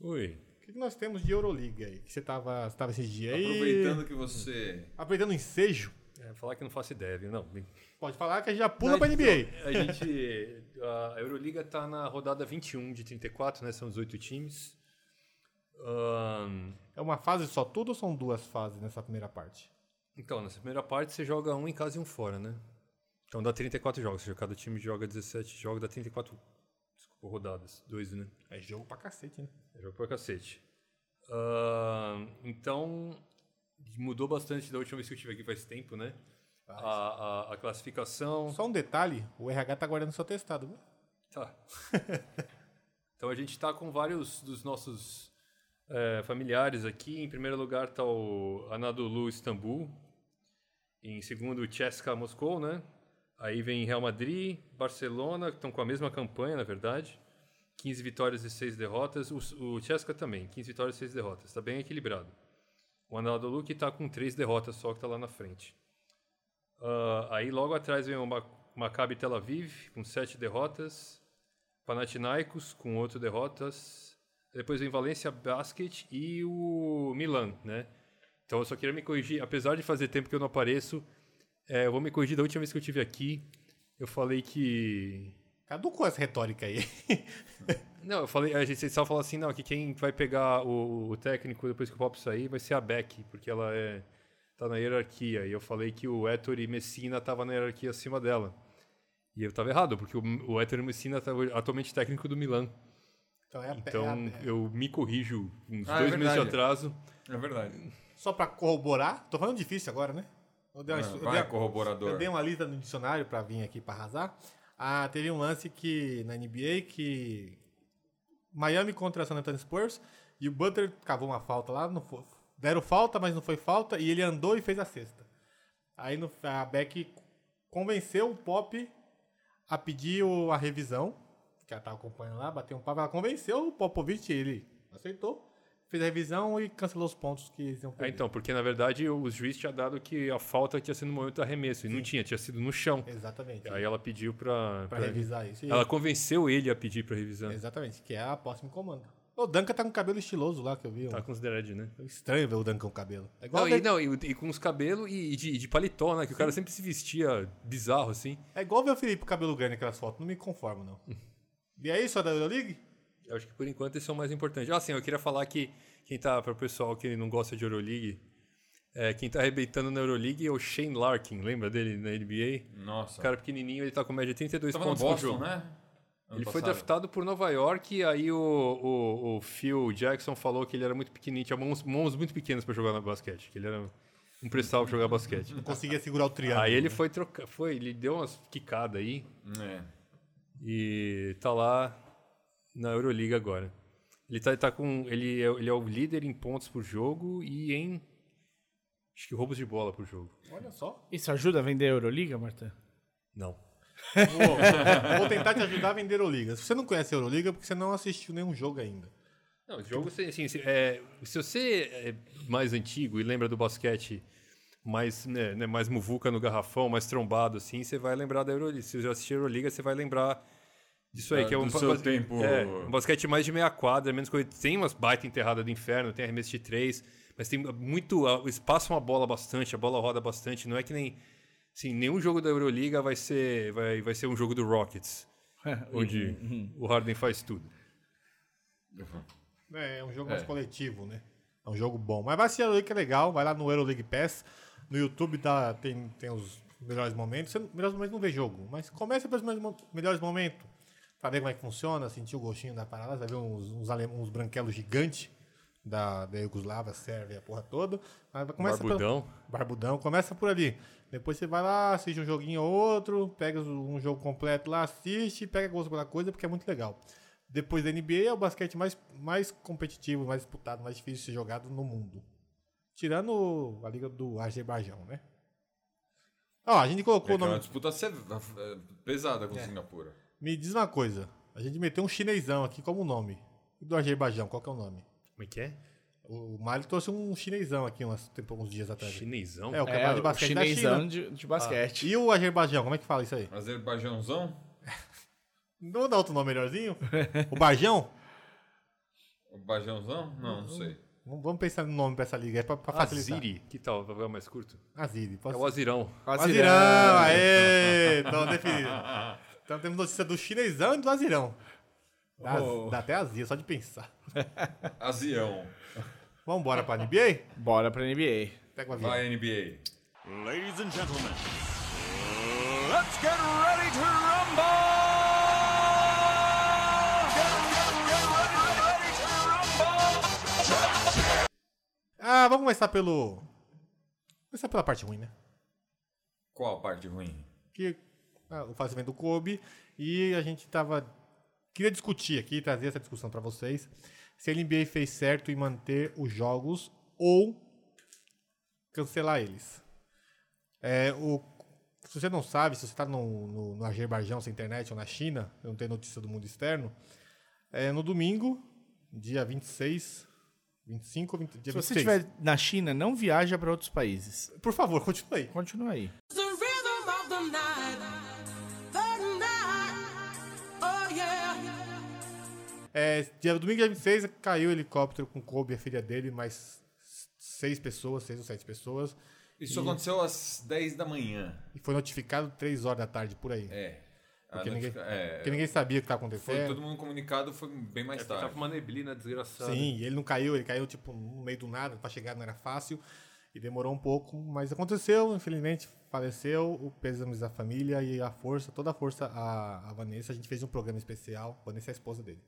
[SPEAKER 5] Ui.
[SPEAKER 2] o que que nós temos de Euroliga aí? Que você tava, você tava esses dias aí.
[SPEAKER 4] Aproveitando que você.
[SPEAKER 2] Aproveitando o ensejo,
[SPEAKER 5] É, falar que não faço ideia, viu? Não.
[SPEAKER 2] pode falar que a gente já pula pra NBA.
[SPEAKER 5] A gente. A Euroliga tá na rodada 21 de 34, né? São 18 times. Ahn,
[SPEAKER 2] É uma fase só tudo ou são duas fases nessa primeira parte?
[SPEAKER 5] então, nessa primeira parte você joga um em casa e um fora, né? Então dá 34 jogos. Se Cada time joga 17 jogos, dá 34 desculpa, rodadas. Dois, né?
[SPEAKER 2] É jogo pra cacete, né?
[SPEAKER 5] É jogo pra cacete. Ah, então, mudou bastante da última vez que eu estive aqui faz tempo, né? A, a- a classificação.
[SPEAKER 2] Só um detalhe, o RH tá guardando seu testado, viu?
[SPEAKER 5] Tá. <laughs> então a gente está com vários dos nossos eh, familiares aqui. Em primeiro lugar está o Anadolu Istambul. Em segundo, o Cheska Moscou, né? Aí vem Real Madrid, Barcelona, que estão com a mesma campanha, na verdade. 15 vitórias e 6 derrotas. O, o Cheska também, 15 vitórias e 6 derrotas. Está bem equilibrado. O Anadolu que está com 3 derrotas só, que está lá na frente. Ah, aí logo atrás vem o Ma- Maccabi Tel Aviv, com 7 derrotas. Panathinaikos com 8 derrotas. Depois vem Valência Basket e o Milan, né? Então eu só queria me corrigir, apesar de fazer tempo que eu não apareço, eh, eu vou me corrigir da última vez que eu estive aqui. Eu falei que.
[SPEAKER 2] Caducou essa retórica aí. <laughs>
[SPEAKER 5] Não, eu falei, a gente só falou assim, não, que quem vai pegar o, o técnico depois que o Pop sair vai ser a Beck, porque ela é, tá na hierarquia. E eu falei que o Héctor e Messina tava na hierarquia acima dela. E eu tava errado, porque o, o Héctor e Messina tava atualmente técnico do Milan.
[SPEAKER 2] Então é a,
[SPEAKER 5] Então
[SPEAKER 2] é a- é-
[SPEAKER 5] eu me corrijo uns
[SPEAKER 4] Ah, é
[SPEAKER 5] dois meses de
[SPEAKER 4] verdade.
[SPEAKER 5] atraso.
[SPEAKER 4] É verdade.
[SPEAKER 2] Só pra corroborar, tô falando difícil agora, né? Eu dei uma, estu- eu dei
[SPEAKER 4] Ah, Vai,
[SPEAKER 2] uma-
[SPEAKER 4] corroborador.
[SPEAKER 2] Eu dei uma lista no dicionário pra vir aqui pra arrasar. Ah, teve um lance que na NBA que Miami contra San Antonio Spurs e o Butler cavou uma falta lá, não foi- deram falta, mas não foi falta e ele andou e fez a cesta. Aí no, a Beck convenceu o Pop a pedir o- a revisão, que ela tava acompanhando lá, bateu um papo, ela convenceu o Popovich, ele aceitou, fez a revisão e cancelou os pontos que eles iam
[SPEAKER 5] Ah,
[SPEAKER 2] perder.
[SPEAKER 5] então, porque na verdade o juiz tinha dado que a falta tinha sido no momento do arremesso, e não tinha, tinha sido no chão.
[SPEAKER 2] Exatamente.
[SPEAKER 5] Aí ela pediu pra.
[SPEAKER 2] Pra
[SPEAKER 5] pra-
[SPEAKER 2] revisar isso. E-
[SPEAKER 5] Ela convenceu ele a pedir pra revisão.
[SPEAKER 2] Exatamente, que é a próxima comando. O Duncan tá com cabelo estiloso lá que eu vi.
[SPEAKER 5] Tá
[SPEAKER 2] um-
[SPEAKER 5] com os dread, né?
[SPEAKER 2] Estranho ver o Duncan com cabelo. É igual,
[SPEAKER 5] Não,
[SPEAKER 2] o
[SPEAKER 5] e,
[SPEAKER 2] ver...
[SPEAKER 5] não, e, e com os cabelos e, e de, de paletó, né? Que o cara sempre se vestia bizarro, assim.
[SPEAKER 2] é igual ver o Felipe com cabelo grande naquelas fotos. Não me conformo, não. e é isso, a da Euroleague?
[SPEAKER 5] Eu acho que por enquanto esse é o mais importante. Ah, sim, eu queria falar que quem tá, para o pessoal que não gosta de Euroleague, é, quem tá arrebentando na Euroleague é o Shane Larkin, lembra dele na NBA?
[SPEAKER 4] Nossa.
[SPEAKER 5] O cara pequenininho, ele tá com média de 32
[SPEAKER 4] tava no
[SPEAKER 5] pontos por
[SPEAKER 4] Boston,
[SPEAKER 5] jogo.
[SPEAKER 4] né? Ano
[SPEAKER 5] Ele foi
[SPEAKER 4] passado.
[SPEAKER 5] draftado por Nova York e aí o, o, o Phil Jackson falou que ele era muito pequenininho, tinha mãos, mãos muito pequenas para jogar na basquete, que ele era um prestava pra jogar basquete.
[SPEAKER 2] Não conseguia segurar o triângulo.
[SPEAKER 5] Aí ele foi trocar, foi, ele deu umas quicadas aí
[SPEAKER 4] É.
[SPEAKER 5] e tá lá na Euroliga agora. Ele tá, tá com, ele é, ele é o líder em pontos por jogo e em acho que roubos de bola por jogo.
[SPEAKER 2] Olha só.
[SPEAKER 3] Isso ajuda a vender a Euroliga, Marta?
[SPEAKER 5] Não.
[SPEAKER 2] Vou, vou tentar te ajudar a vender Euroliga. Se você não conhece a Euroliga, é porque você não assistiu nenhum jogo ainda.
[SPEAKER 5] Não, jogo assim, assim, se- é, se você é mais antigo e lembra do basquete mais, né, né, mais muvuca no garrafão, mais trombado assim, você vai lembrar da Euroliga. Se você já assistiu a Euroliga, você vai lembrar disso aí,
[SPEAKER 4] Ah,
[SPEAKER 5] que é um,
[SPEAKER 4] do
[SPEAKER 5] ba-
[SPEAKER 4] seu
[SPEAKER 5] bas-
[SPEAKER 4] tempo.
[SPEAKER 5] é, um basquete mais de meia quadra, menos coisa. Tem umas baita enterrada do inferno, tem arremesso de três, mas tem muito. a- Eles passam a bola bastante, a bola roda bastante. Não é que nem. Assim, nenhum jogo da Euroliga vai ser, vai, vai ser um jogo
[SPEAKER 4] <laughs>
[SPEAKER 5] do Rockets, onde o Harden faz tudo.
[SPEAKER 2] É, é um jogo mais coletivo, né? É um jogo bom. Mas vai assistir a Euroleague que é legal. Vai lá no Euroleague Pass. No YouTube tá, tem, tem os melhores momentos. Você, não- melhores momentos não vê jogo, mas começa pelos melhores mo- melhores momentos. Pra ver como é que funciona, sentir o gostinho da parada. Você vai ver uns, uns, ale- uns branquelos gigantes da, da Yugoslava, Sérvia, a porra toda. Mas vai- começa pelo-
[SPEAKER 5] Barbudão.
[SPEAKER 2] Barbudão, começa por ali. Depois você vai lá, assiste um joguinho ou outro, pega um jogo completo lá, assiste, pega gosto pela coisa, porque é muito legal. Depois da NBA é o basquete mais, mais competitivo, mais disputado, mais difícil de ser jogado no mundo. Tirando a liga do Azerbaijão, né? Ó, a gente colocou
[SPEAKER 4] É
[SPEAKER 2] o
[SPEAKER 4] que é uma
[SPEAKER 2] nome.
[SPEAKER 4] disputa sev- é, pesada com Singapura.
[SPEAKER 2] Me diz uma coisa. A gente meteu um chinesão aqui como nome. E do Azerbaijão, qual que é o nome?
[SPEAKER 5] Como é que é?
[SPEAKER 2] O Mário trouxe um chinesão aqui umas, tempo- uns dias atrás.
[SPEAKER 5] Chinesão?
[SPEAKER 2] É, o campeonato de basquete da
[SPEAKER 3] chinesão
[SPEAKER 2] China.
[SPEAKER 3] de, de basquete.
[SPEAKER 2] E o Azerbaijão, como é que fala isso aí?
[SPEAKER 4] Azerbaijãozão?
[SPEAKER 2] Não dá outro nome melhorzinho? o Bajão?
[SPEAKER 4] O Bajãozão? Não, não sei.
[SPEAKER 2] Vamos vamos pensar no nome pra essa liga, é pra, pra facilitar.
[SPEAKER 5] Aziri, que tal? Vai ficar mais curto?
[SPEAKER 2] Aziri.
[SPEAKER 5] É
[SPEAKER 2] Pode
[SPEAKER 5] o
[SPEAKER 2] ser.
[SPEAKER 5] Azirão. né?
[SPEAKER 2] Azirão, aê! Então, definido. Então temos notícia do chinesão e do Azirão. Dá,
[SPEAKER 3] Oh.
[SPEAKER 2] dá até azia, só de pensar.
[SPEAKER 4] Azião.
[SPEAKER 2] Vambora pra NBA?
[SPEAKER 3] né? Bora pra NBA.
[SPEAKER 2] Pega o avião.
[SPEAKER 4] Vai, NBA.
[SPEAKER 9] Ladies and gentlemen,
[SPEAKER 7] Let's get ready to rumble! Get, get, get ready, ready to rumble!
[SPEAKER 2] Ah, vamos começar pelo. Começar pela parte ruim, né?
[SPEAKER 4] Qual a parte ruim?
[SPEAKER 2] que ah, o falecimento do Kobe e a gente tava queria discutir aqui, trazer essa discussão para vocês, se a NBA fez certo em manter os jogos ou cancelar eles. É, o, se você não sabe, se você está no, no, no Azerbaijão sem internet ou na China, eu não tenho notícia do mundo externo, é, no domingo, dia 26, 25 ou 20, dia
[SPEAKER 3] Se você
[SPEAKER 2] 26.
[SPEAKER 3] estiver na China, não viaja para outros países.
[SPEAKER 2] Por favor, continue aí.
[SPEAKER 3] Continua aí.
[SPEAKER 8] The rhythm of the night. The night. Oh, yeah.
[SPEAKER 2] É, dia, domingo, dia 26, caiu o helicóptero com Kobe, a filha dele, mais seis pessoas, seis ou sete pessoas.
[SPEAKER 4] Isso aconteceu às 10 da manhã.
[SPEAKER 2] E foi notificado três horas da tarde por aí.
[SPEAKER 4] É. A
[SPEAKER 2] porque, ninguém,
[SPEAKER 4] notifica- é,
[SPEAKER 2] porque ninguém sabia o que estava
[SPEAKER 4] foi
[SPEAKER 2] acontecendo.
[SPEAKER 4] todo mundo comunicado, foi bem mais
[SPEAKER 5] Tava
[SPEAKER 4] tarde.
[SPEAKER 5] É, com uma neblina desgraçada.
[SPEAKER 2] Sim, e ele não caiu, ele caiu tipo no meio do nada, pra chegar não era fácil. E demorou um pouco, mas aconteceu, infelizmente faleceu, o pêsames da família e a força, toda a força a, a Vanessa, a gente fez um programa especial, Vanessa é a esposa dele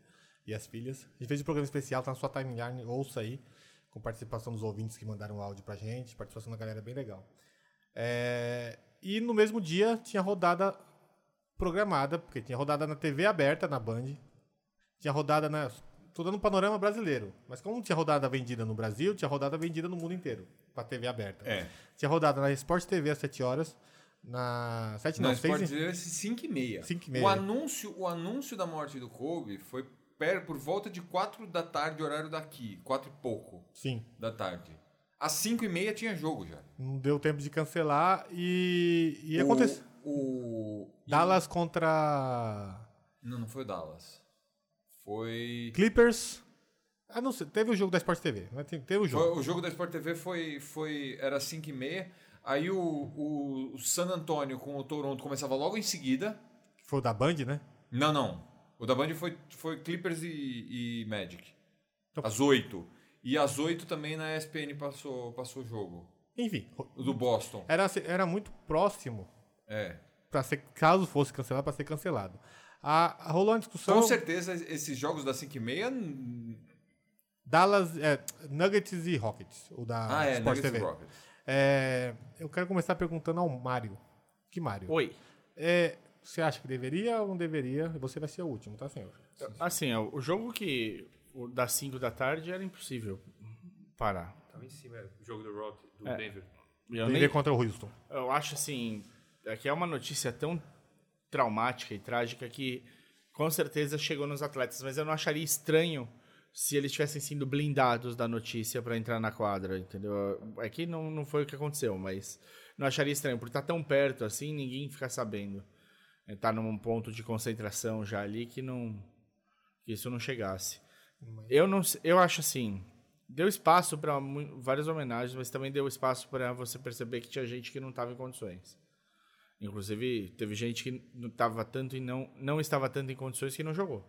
[SPEAKER 2] e as filhas. A gente fez um programa especial, tá na sua timeline, ouça aí, com participação dos ouvintes que mandaram áudio pra gente, participação da galera bem legal. É, e no mesmo dia tinha rodada programada, porque tinha rodada na TV aberta, na Band, tinha rodada na. Tô dando um panorama brasileiro. Mas como tinha rodada vendida no Brasil, tinha rodada vendida no mundo inteiro. Pra TV aberta.
[SPEAKER 4] É.
[SPEAKER 2] Tinha rodada na Sport TV às 7 horas. Na. 7 não,
[SPEAKER 4] Não,
[SPEAKER 2] 6
[SPEAKER 4] Sport TV é 5 e meia.
[SPEAKER 2] 5 e meia.
[SPEAKER 4] O anúncio, o anúncio da morte do Kobe foi per- por volta de 4 da tarde, horário daqui. 4 e pouco
[SPEAKER 2] Sim.
[SPEAKER 4] da tarde. Às 5 e meia tinha jogo já.
[SPEAKER 2] Não deu tempo de cancelar. E. E
[SPEAKER 4] O-
[SPEAKER 2] aconteceu.
[SPEAKER 4] O...
[SPEAKER 2] Dallas contra.
[SPEAKER 4] Não, não foi o Dallas. Foi...
[SPEAKER 2] Clippers. Ah, não sei. Teve o jogo da Sport TV. mas te- Teve o
[SPEAKER 4] Foi-
[SPEAKER 2] jogo.
[SPEAKER 4] o jogo da Sport TV foi, foi, era 5 e meia. Aí o, o, o San Antonio com o Toronto começava logo em seguida.
[SPEAKER 2] Foi o da Band, né?
[SPEAKER 4] Não, não. O da Band foi, foi Clippers e, e Magic.
[SPEAKER 2] Então-
[SPEAKER 4] Às 8. E às 8 também na ESPN passou, passou o jogo.
[SPEAKER 2] Enfim. ro-
[SPEAKER 4] O do Boston.
[SPEAKER 2] Era, era muito próximo.
[SPEAKER 4] É.
[SPEAKER 2] Pra ser, caso fosse cancelado, pra ser cancelado. A, rolou uma discussão.
[SPEAKER 4] Com certeza, esses jogos das 5 e meia... n-
[SPEAKER 2] Dallas, é, Nuggets e Rockets, o da
[SPEAKER 4] Ah, é.
[SPEAKER 2] Sport
[SPEAKER 4] Nuggets e
[SPEAKER 2] TV.
[SPEAKER 4] Rockets.
[SPEAKER 2] É, eu quero começar perguntando ao Mário. Que Mário?
[SPEAKER 3] Oi.
[SPEAKER 2] É, você acha que deveria ou não deveria? Você vai ser o último, tá, senhor?
[SPEAKER 3] Assim, ó, o jogo que o das 5 da tarde era impossível parar.
[SPEAKER 5] Tava em cima, é, o jogo do Rock, do
[SPEAKER 3] É.
[SPEAKER 5] Denver.
[SPEAKER 3] E Eu,
[SPEAKER 2] Deveria
[SPEAKER 3] nem-
[SPEAKER 2] contra o Houston.
[SPEAKER 3] eu acho assim, é que é uma notícia tão traumática e trágica que com certeza chegou nos atletas, mas eu não acharia estranho se eles tivessem sido blindados da notícia para entrar na quadra, entendeu? É que não, não foi o que aconteceu, mas não acharia estranho, porque tá tão perto assim, ninguém fica sabendo. É, Tá num ponto de concentração já ali que não que isso não chegasse. Eu não se- eu acho assim, deu espaço para várias homenagens, mas também deu espaço para você perceber que tinha gente que não estava em condições. Inclusive, teve gente que não tava tanto e não não estava tanto em condições que não jogou.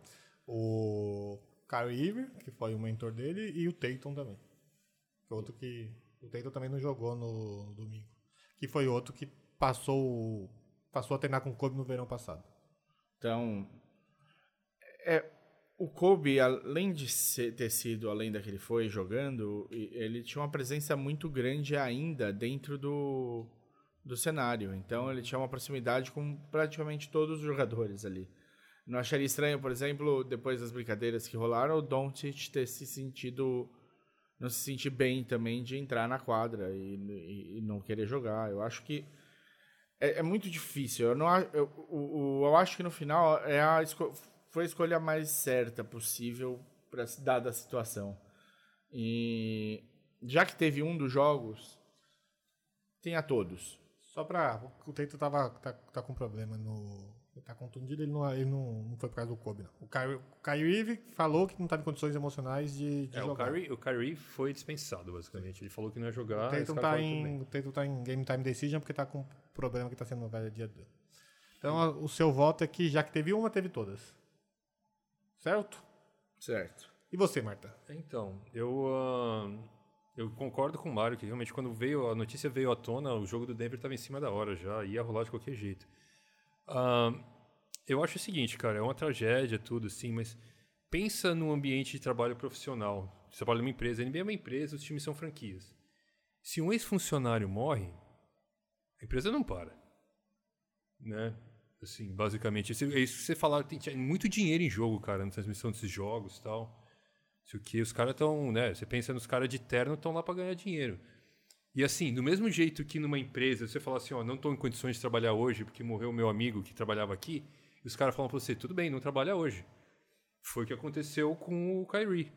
[SPEAKER 2] O Kyrie Irving, que foi o mentor dele, e o Tatum também. Foi outro que... O Tatum também não jogou no, no domingo. Que foi outro que passou, o- passou a treinar com o Kobe no verão passado.
[SPEAKER 3] Então, é, o Kobe, além de ser- ter sido além da que ele foi jogando, e- ele tinha uma presença muito grande ainda dentro do, do cenário. Então, ele tinha uma proximidade com praticamente todos os jogadores ali. Não acharia estranho, por exemplo, depois das brincadeiras que rolaram, o Doncic ter se sentido não se sentir bem também de entrar na quadra e, e- e não querer jogar. Eu acho que é, é muito difícil. Eu, não, a- eu, o- o- eu acho que no final é a esco- foi a escolha mais certa possível para dada a situação. E já que teve um dos jogos, tem a todos.
[SPEAKER 2] Só pra. O Tatum tava, tá, tá com problema no. Ele tá contundido, ele não, ele não, não foi por causa do Kobe, não. O Kyrie, o Kyrie Irving falou que não tava em condições emocionais de, de
[SPEAKER 5] É, o
[SPEAKER 2] jogar.
[SPEAKER 5] Kyrie, o Kyrie foi dispensado, basicamente. Ele falou que não ia jogar.
[SPEAKER 2] o
[SPEAKER 5] esse
[SPEAKER 2] Tatum
[SPEAKER 5] cara
[SPEAKER 2] tá
[SPEAKER 5] falou tudo bem.
[SPEAKER 2] em, o Tatum tá em Game Time Decision porque tá com problema que tá sendo avaliado. Então, a- o seu voto é que já que teve uma, teve todas. Certo?
[SPEAKER 3] Certo.
[SPEAKER 2] E você, Marta?
[SPEAKER 5] Então, eu, ah, eu concordo com o Mário que realmente quando veio a notícia veio à tona, o jogo do Denver estava em cima da hora já, ia rolar de qualquer jeito. Ah, eu acho o seguinte, cara, é uma tragédia tudo, assim, mas pensa no ambiente de trabalho profissional. Você trabalha numa empresa, a NBA é uma empresa, os times são franquias. Se um ex-funcionário morre, a empresa não para. Né? Assim, basicamente. Esse- É isso que você falaram, tem tinha muito dinheiro em jogo, cara, na transmissão desses jogos e tal. Isso que os caras estão, né? Você pensa nos caras de terno estão lá para ganhar dinheiro. E assim, do mesmo jeito que numa empresa você fala assim, ó, não estou em condições de trabalhar hoje porque morreu meu amigo que trabalhava aqui, e os caras falam para você, tudo bem, não trabalha hoje. Foi o que aconteceu com o Kyrie.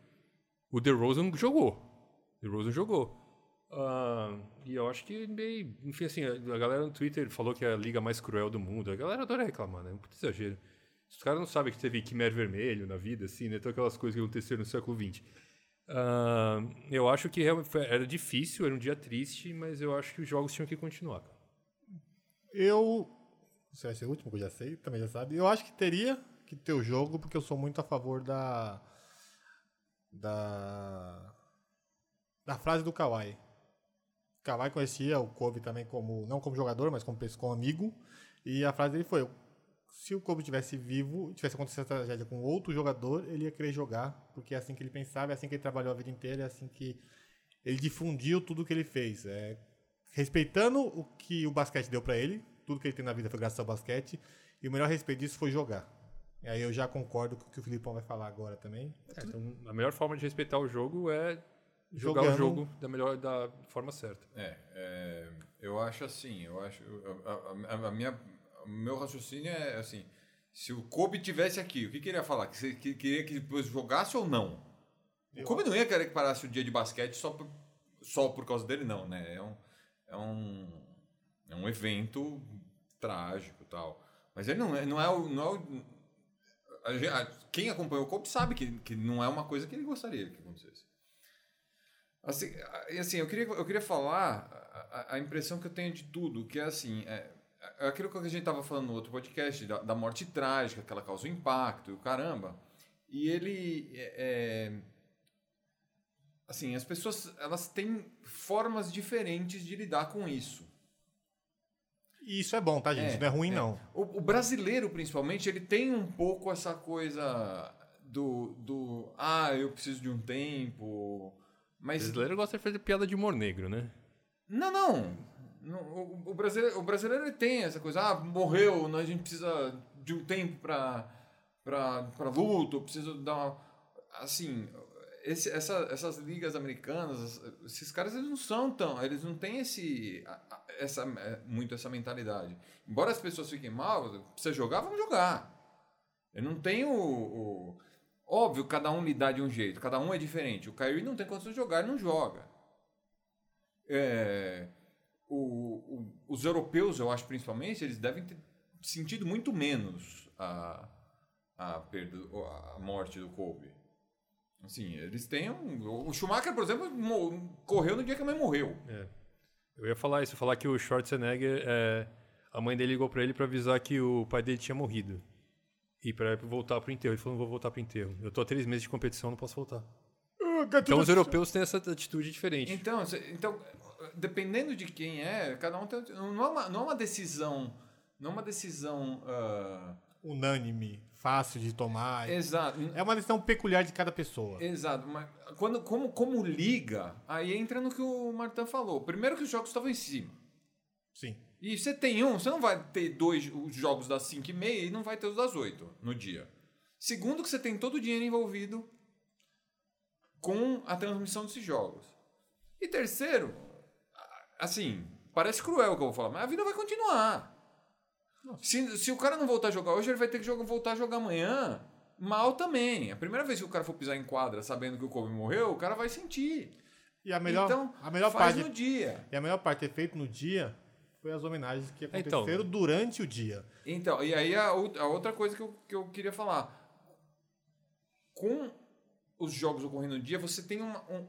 [SPEAKER 5] O DeRozan jogou. O DeRozan jogou. Ah, e eu acho que meio, enfim, assim, a a galera no Twitter falou que é a liga mais cruel do mundo. A galera adora reclamar, né? Um puto exagero. Os caras não sabem que teve Quimer Vermelho na vida, assim, né? Então aquelas coisas que aconteceram no século XX. Ah, eu acho que realmente foi- era difícil, era um dia triste, mas eu acho que os jogos tinham que continuar. cara.
[SPEAKER 2] Eu. Você vai ser o último que eu já sei, também já sabe. Eu acho que teria que ter o jogo, porque eu sou muito a favor da. Da. Da frase do Kawhi. Kawhi conhecia o Kobe também como. Não como jogador, mas como, pessoa- como amigo. E a frase dele foi: se o Kobe tivesse vivo, tivesse acontecido essa tragédia com outro jogador, ele ia querer jogar, porque é assim que ele pensava, é assim que ele trabalhou a vida inteira, é assim que ele difundiu tudo o que ele fez. É, respeitando o que o basquete deu pra ele, tudo que ele tem na vida foi graças ao basquete, e o melhor respeito disso foi jogar. E aí eu já concordo com o que o Filipão vai falar agora também.
[SPEAKER 4] É,
[SPEAKER 5] Então, a melhor forma de respeitar o jogo é jogar
[SPEAKER 2] Jogando.
[SPEAKER 5] o jogo da melhor da forma certa.
[SPEAKER 4] É, é, eu acho assim, eu acho. eu- A, a- a minha, o meu raciocínio é assim: se o Kobe tivesse aqui, o que, que ele ia falar? Que você que- queria que depois jogasse ou não? O Kobe não ia querer que parasse o dia de basquete só por, só por causa dele, não, né? É um, é um, é um evento trágico e tal. Mas ele não é, não é, o- não é o- a gen- a- quem acompanha o Kobe sabe que, que não é uma coisa que ele gostaria que acontecesse. Assim, a- e assim, eu queria, eu queria falar a- a, a impressão que eu tenho de tudo, que é assim, é, é aquilo que a gente estava falando no outro podcast, da, da morte trágica, que ela causa um impacto, e o caramba. E ele, é, é, assim, as pessoas, elas têm formas diferentes de lidar com isso.
[SPEAKER 2] E isso é bom, tá, gente?
[SPEAKER 4] É,
[SPEAKER 2] não é ruim,
[SPEAKER 4] é.
[SPEAKER 2] não.
[SPEAKER 4] O, o brasileiro, principalmente, ele tem um pouco essa coisa do, do ah, eu preciso de um tempo.
[SPEAKER 5] O
[SPEAKER 4] Mas
[SPEAKER 5] brasileiro gosta de fazer piada de humor negro, né?
[SPEAKER 4] não, não. Não, O, o brasileiro, o brasileiro ele tem essa coisa, ah, morreu, nós- a gente precisa de um tempo pra, pra, pra luto, precisa dar uma. Assim, esse- essa- essas ligas americanas, esses caras eles não são tão. Eles não têm esse, a- a- essa, é, muito essa mentalidade. Embora as pessoas fiquem mal, precisa jogar, vamos jogar. Eu não tenho o, o- Óbvio, cada um lidar de um jeito, cada um é diferente. O Kyrie não tem condições de jogar, ele não joga. É, o- o- os europeus, eu acho principalmente, eles devem ter sentido muito menos a, a, perda, a morte do Kobe. Assim, eles têm um, O Schumacher, por exemplo, mo- correu no dia que a mãe morreu.
[SPEAKER 5] Eu ia falar isso, falar que o Schwarzenegger, é, a mãe dele ligou pra ele pra avisar que o pai dele tinha morrido. E pra voltar pro enterro. Ele falou, não vou voltar pro enterro. Eu tô há três meses de competição, não posso voltar. Então os europeus têm essa atitude
[SPEAKER 2] Uhum.
[SPEAKER 5] diferente.
[SPEAKER 4] Então, cê- então, dependendo de quem é, cada um tem. Não é uma, não é uma decisão. Não é uma decisão. ah,
[SPEAKER 2] Unânime, fácil de tomar.
[SPEAKER 4] exato.
[SPEAKER 2] É uma decisão peculiar de cada pessoa.
[SPEAKER 4] Exato, mas quando, como, como liga, aí entra no que o Martin falou. Primeiro que os jogos estavam em cima.
[SPEAKER 2] Sim.
[SPEAKER 4] E você tem um, você não vai ter dois os jogos das 5 e meia e não vai ter os das 8 no dia. Segundo que você tem todo o dinheiro envolvido com a transmissão desses jogos. E terceiro, a- assim, parece cruel o que eu vou falar, mas a vida vai continuar. Se, se o cara não voltar a jogar hoje, ele vai ter que jogar- voltar a jogar amanhã. Mal também. A primeira vez que o cara for pisar em quadra sabendo que o Kobe morreu, o cara vai sentir.
[SPEAKER 2] E a melhor,
[SPEAKER 4] então,
[SPEAKER 2] a melhor
[SPEAKER 4] faz
[SPEAKER 2] parte.
[SPEAKER 4] no dia.
[SPEAKER 2] E a melhor parte ter feito no dia foi as homenagens que
[SPEAKER 4] É,
[SPEAKER 5] Então.
[SPEAKER 2] aconteceram durante o dia.
[SPEAKER 4] Então, e aí a, ou- a outra coisa que eu, que eu queria falar. Com os jogos ocorrendo no dia, você tem uma- um-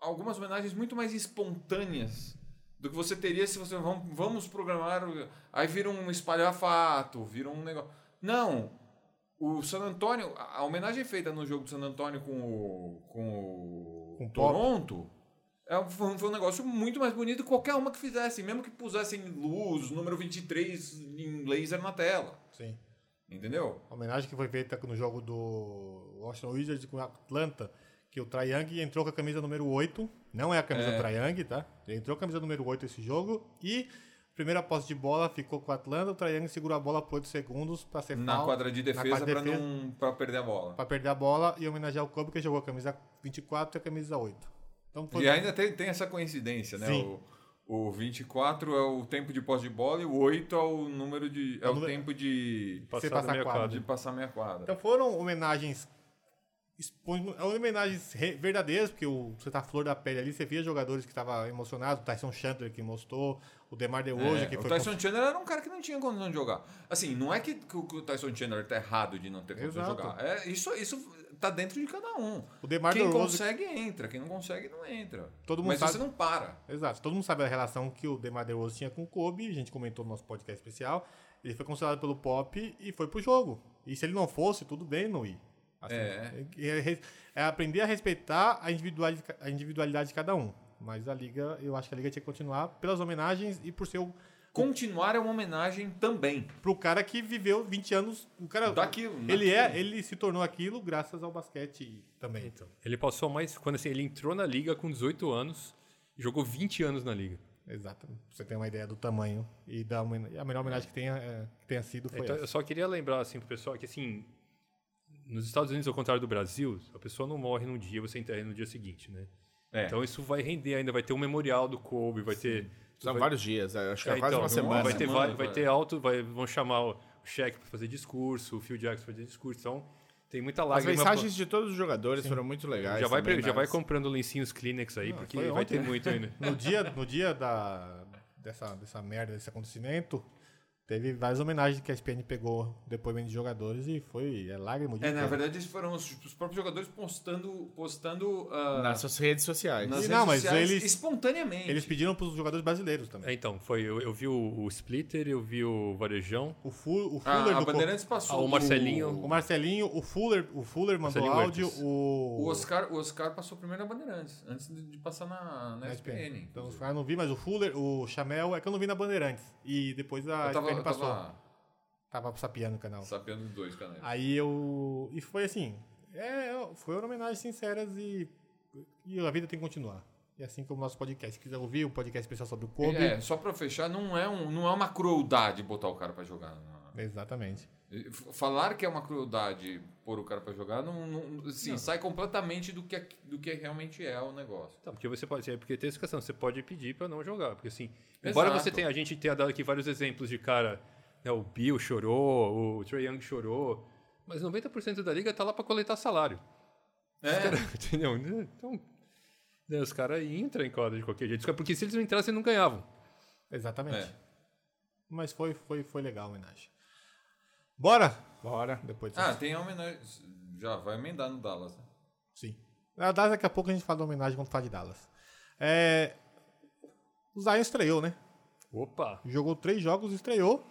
[SPEAKER 4] algumas homenagens muito mais espontâneas do que você teria se você vamos, vamos programar. o- Aí vira um espalhafato, vira um negócio. Não! O San Antonio, a a homenagem feita no jogo do San Antonio com o, com o
[SPEAKER 2] Com o Pop.
[SPEAKER 4] Toronto. É, um- foi, um- foi um negócio muito mais bonito que qualquer uma que fizessem, mesmo que pusessem luz, número 23 em laser na tela.
[SPEAKER 2] Sim.
[SPEAKER 4] Entendeu?
[SPEAKER 2] A homenagem que foi feita no jogo do Washington Wizards com a Atlanta, que o Trae Young entrou com a camisa número 8. Não é a camisa do Trae Young, tá? Ele entrou com a camisa número 8 esse jogo e a primeira posse de bola ficou com a Atlanta. O Trae Young segurou a bola por 8 segundos pra ser
[SPEAKER 4] Na
[SPEAKER 2] foul,
[SPEAKER 4] quadra de
[SPEAKER 2] na
[SPEAKER 4] defesa
[SPEAKER 2] quadra de
[SPEAKER 4] pra
[SPEAKER 2] defesa,
[SPEAKER 4] não pra perder a bola.
[SPEAKER 2] pra perder a bola e homenagear o Kobe, que jogou a camisa 24 e a camisa 8. Então foi
[SPEAKER 4] E ainda tem, tem essa coincidência, né?
[SPEAKER 2] Sim.
[SPEAKER 4] O, o 24 é o tempo de posse de bola e o 8 é o número de. É o
[SPEAKER 2] número-
[SPEAKER 4] tempo de.
[SPEAKER 5] Passar
[SPEAKER 2] passa
[SPEAKER 5] da meia
[SPEAKER 2] a quadra.
[SPEAKER 5] quadra.
[SPEAKER 4] De passar meia quadra.
[SPEAKER 2] Então foram homenagens expo- homenagens re- verdadeiras, porque o, você tá flor da pele ali, você via jogadores que estavam emocionados, o Tyson Chandler que mostrou, o DeMar DeRozan
[SPEAKER 4] É,
[SPEAKER 2] que
[SPEAKER 4] o
[SPEAKER 2] foi...
[SPEAKER 4] Tyson Chandler era um cara que não tinha condição de jogar. Assim, não é que, que o que o Tyson Chandler tá errado de não ter condição de
[SPEAKER 2] Exato.
[SPEAKER 4] jogar. É, isso, isso tá dentro de cada um.
[SPEAKER 2] O DeMar
[SPEAKER 4] quem
[SPEAKER 2] DeRozan-
[SPEAKER 4] consegue, entra. Quem não consegue, não entra.
[SPEAKER 2] Todo mundo
[SPEAKER 4] Mas
[SPEAKER 2] sabe-
[SPEAKER 4] você não para.
[SPEAKER 2] Exato, todo mundo sabe a relação que o DeMar DeRozan tinha com o Kobe, a gente comentou no nosso podcast especial, ele foi considerado pelo Pop e foi pro jogo. E se ele não fosse, tudo bem não ir. Assim,
[SPEAKER 4] É.
[SPEAKER 2] é- é aprender a respeitar a individuali- a individualidade de cada um. Mas a Liga, eu acho que a Liga tinha que continuar pelas homenagens e por ser o
[SPEAKER 4] Continuar é uma homenagem também.
[SPEAKER 2] pro cara que viveu 20 anos. O cara.
[SPEAKER 4] Daquilo,
[SPEAKER 2] Ele é,
[SPEAKER 4] naquilo.
[SPEAKER 2] ele se tornou aquilo graças ao basquete também. Então.
[SPEAKER 5] Ele passou mais. Quando assim, ele entrou na liga com 18 anos, jogou 20 anos na liga.
[SPEAKER 2] Exato. Pra Você tem uma ideia do tamanho e da homen- e a melhor homenagem que tenha, é, que tenha sido foi
[SPEAKER 5] Então, eu
[SPEAKER 2] essa.
[SPEAKER 5] só queria lembrar assim pro pessoal que assim, nos Estados Unidos, ao contrário do Brasil, a pessoa não morre num dia, você enterra no dia seguinte, né?
[SPEAKER 4] É.
[SPEAKER 5] Então isso vai render ainda, vai ter um memorial do Kobe, vai ter
[SPEAKER 3] São
[SPEAKER 5] vai-
[SPEAKER 3] vários dias, acho que é,
[SPEAKER 5] É,
[SPEAKER 3] quase
[SPEAKER 5] então,
[SPEAKER 3] uma
[SPEAKER 5] vai-
[SPEAKER 3] semana.
[SPEAKER 5] Vai ter,
[SPEAKER 4] Semana,
[SPEAKER 5] vai, vai
[SPEAKER 4] vai.
[SPEAKER 5] ter alto, vai, vão chamar o Shaq pra fazer discurso, o Phil Jackson pra fazer discurso. Então, tem muita
[SPEAKER 3] As
[SPEAKER 5] lágrima.
[SPEAKER 3] mensagens de todos os jogadores foram muito legais.
[SPEAKER 5] já vai,
[SPEAKER 3] também,
[SPEAKER 5] pre- já
[SPEAKER 3] né?
[SPEAKER 5] vai comprando lencinhos Kleenex aí, porque
[SPEAKER 2] foi
[SPEAKER 5] vai
[SPEAKER 2] ontem,
[SPEAKER 5] ter muito ainda.
[SPEAKER 2] No dia, no dia da, dessa, dessa merda, desse acontecimento, teve várias homenagens que a SPN pegou depoimento de jogadores e foi é lágrima de
[SPEAKER 4] É, na verdade, eles foram os, tipo, os próprios jogadores postando. postando ah,
[SPEAKER 3] Nas suas redes sociais.
[SPEAKER 4] nas
[SPEAKER 2] E
[SPEAKER 4] redes
[SPEAKER 2] não, mas
[SPEAKER 4] sociais
[SPEAKER 2] eles-
[SPEAKER 4] espontaneamente.
[SPEAKER 2] Eles pediram pros jogadores brasileiros também.
[SPEAKER 5] É, então, foi, eu, eu vi o, o Splitter, eu vi o Varejão,
[SPEAKER 2] O, Fu, o Fuller
[SPEAKER 4] Ah, a é
[SPEAKER 2] do Corinthians.
[SPEAKER 4] Bandeirantes passou.
[SPEAKER 5] ah, o
[SPEAKER 4] do-
[SPEAKER 5] Marcelinho.
[SPEAKER 2] O Marcelinho, o Fuller, o Fuller mandou
[SPEAKER 5] Marcelinho
[SPEAKER 2] áudio,
[SPEAKER 5] Huertas.
[SPEAKER 4] O Oscar, o Oscar passou primeiro na Bandeirantes, antes de de passar na, na
[SPEAKER 2] Na Então,
[SPEAKER 4] SPN.
[SPEAKER 2] os
[SPEAKER 4] inclusive.
[SPEAKER 2] caras não vi, mas o Fuller, o Chamel, é que eu não vi na Bandeirantes. E depois a
[SPEAKER 4] eu tava,
[SPEAKER 2] SPN
[SPEAKER 4] eu
[SPEAKER 2] passou.
[SPEAKER 4] tava
[SPEAKER 2] Tava, sapiando o canal.
[SPEAKER 4] sabendo dos dois canais.
[SPEAKER 2] Aí eu. E foi assim. É, foi uma homenagem sinceras e. E a vida tem que continuar. E assim como o nosso podcast. Se quiser ouvir o podcast especial sobre o Kobe.
[SPEAKER 4] É, só pra fechar, não é, um, não é uma crueldade botar o cara pra jogar. na-
[SPEAKER 2] Exatamente.
[SPEAKER 4] F- Falar que é uma crueldade pôr o cara pra jogar, não, não- assim, sai completamente do que, é- do que realmente é o negócio.
[SPEAKER 5] Tá, porque você pode, é porque tem essa questão, você pode pedir pra não jogar, porque assim, embora
[SPEAKER 4] Exato.
[SPEAKER 5] você tenha, a gente tenha dado aqui vários exemplos de cara, né, o Bill chorou, o Trae Young chorou, mas 90% da liga tá lá pra coletar salário.
[SPEAKER 4] É,
[SPEAKER 5] <laughs> Entendeu? Então, né, os caras entram em quadra de qualquer jeito. Porque se eles não entrassem, não ganhavam.
[SPEAKER 2] Exatamente.
[SPEAKER 4] é.
[SPEAKER 2] Mas foi, foi, foi legal a homenagem. Bora!
[SPEAKER 3] Bora.
[SPEAKER 2] Depois disso.
[SPEAKER 4] Ah, tem a homenagem. Já vai emendar no Dallas. né?
[SPEAKER 2] Sim. Na Dallas, daqui a pouco a gente fala da homenagem quando falar de Dallas. É... O Zion estreou, né?
[SPEAKER 5] Opa!
[SPEAKER 2] Jogou três jogos, estreou.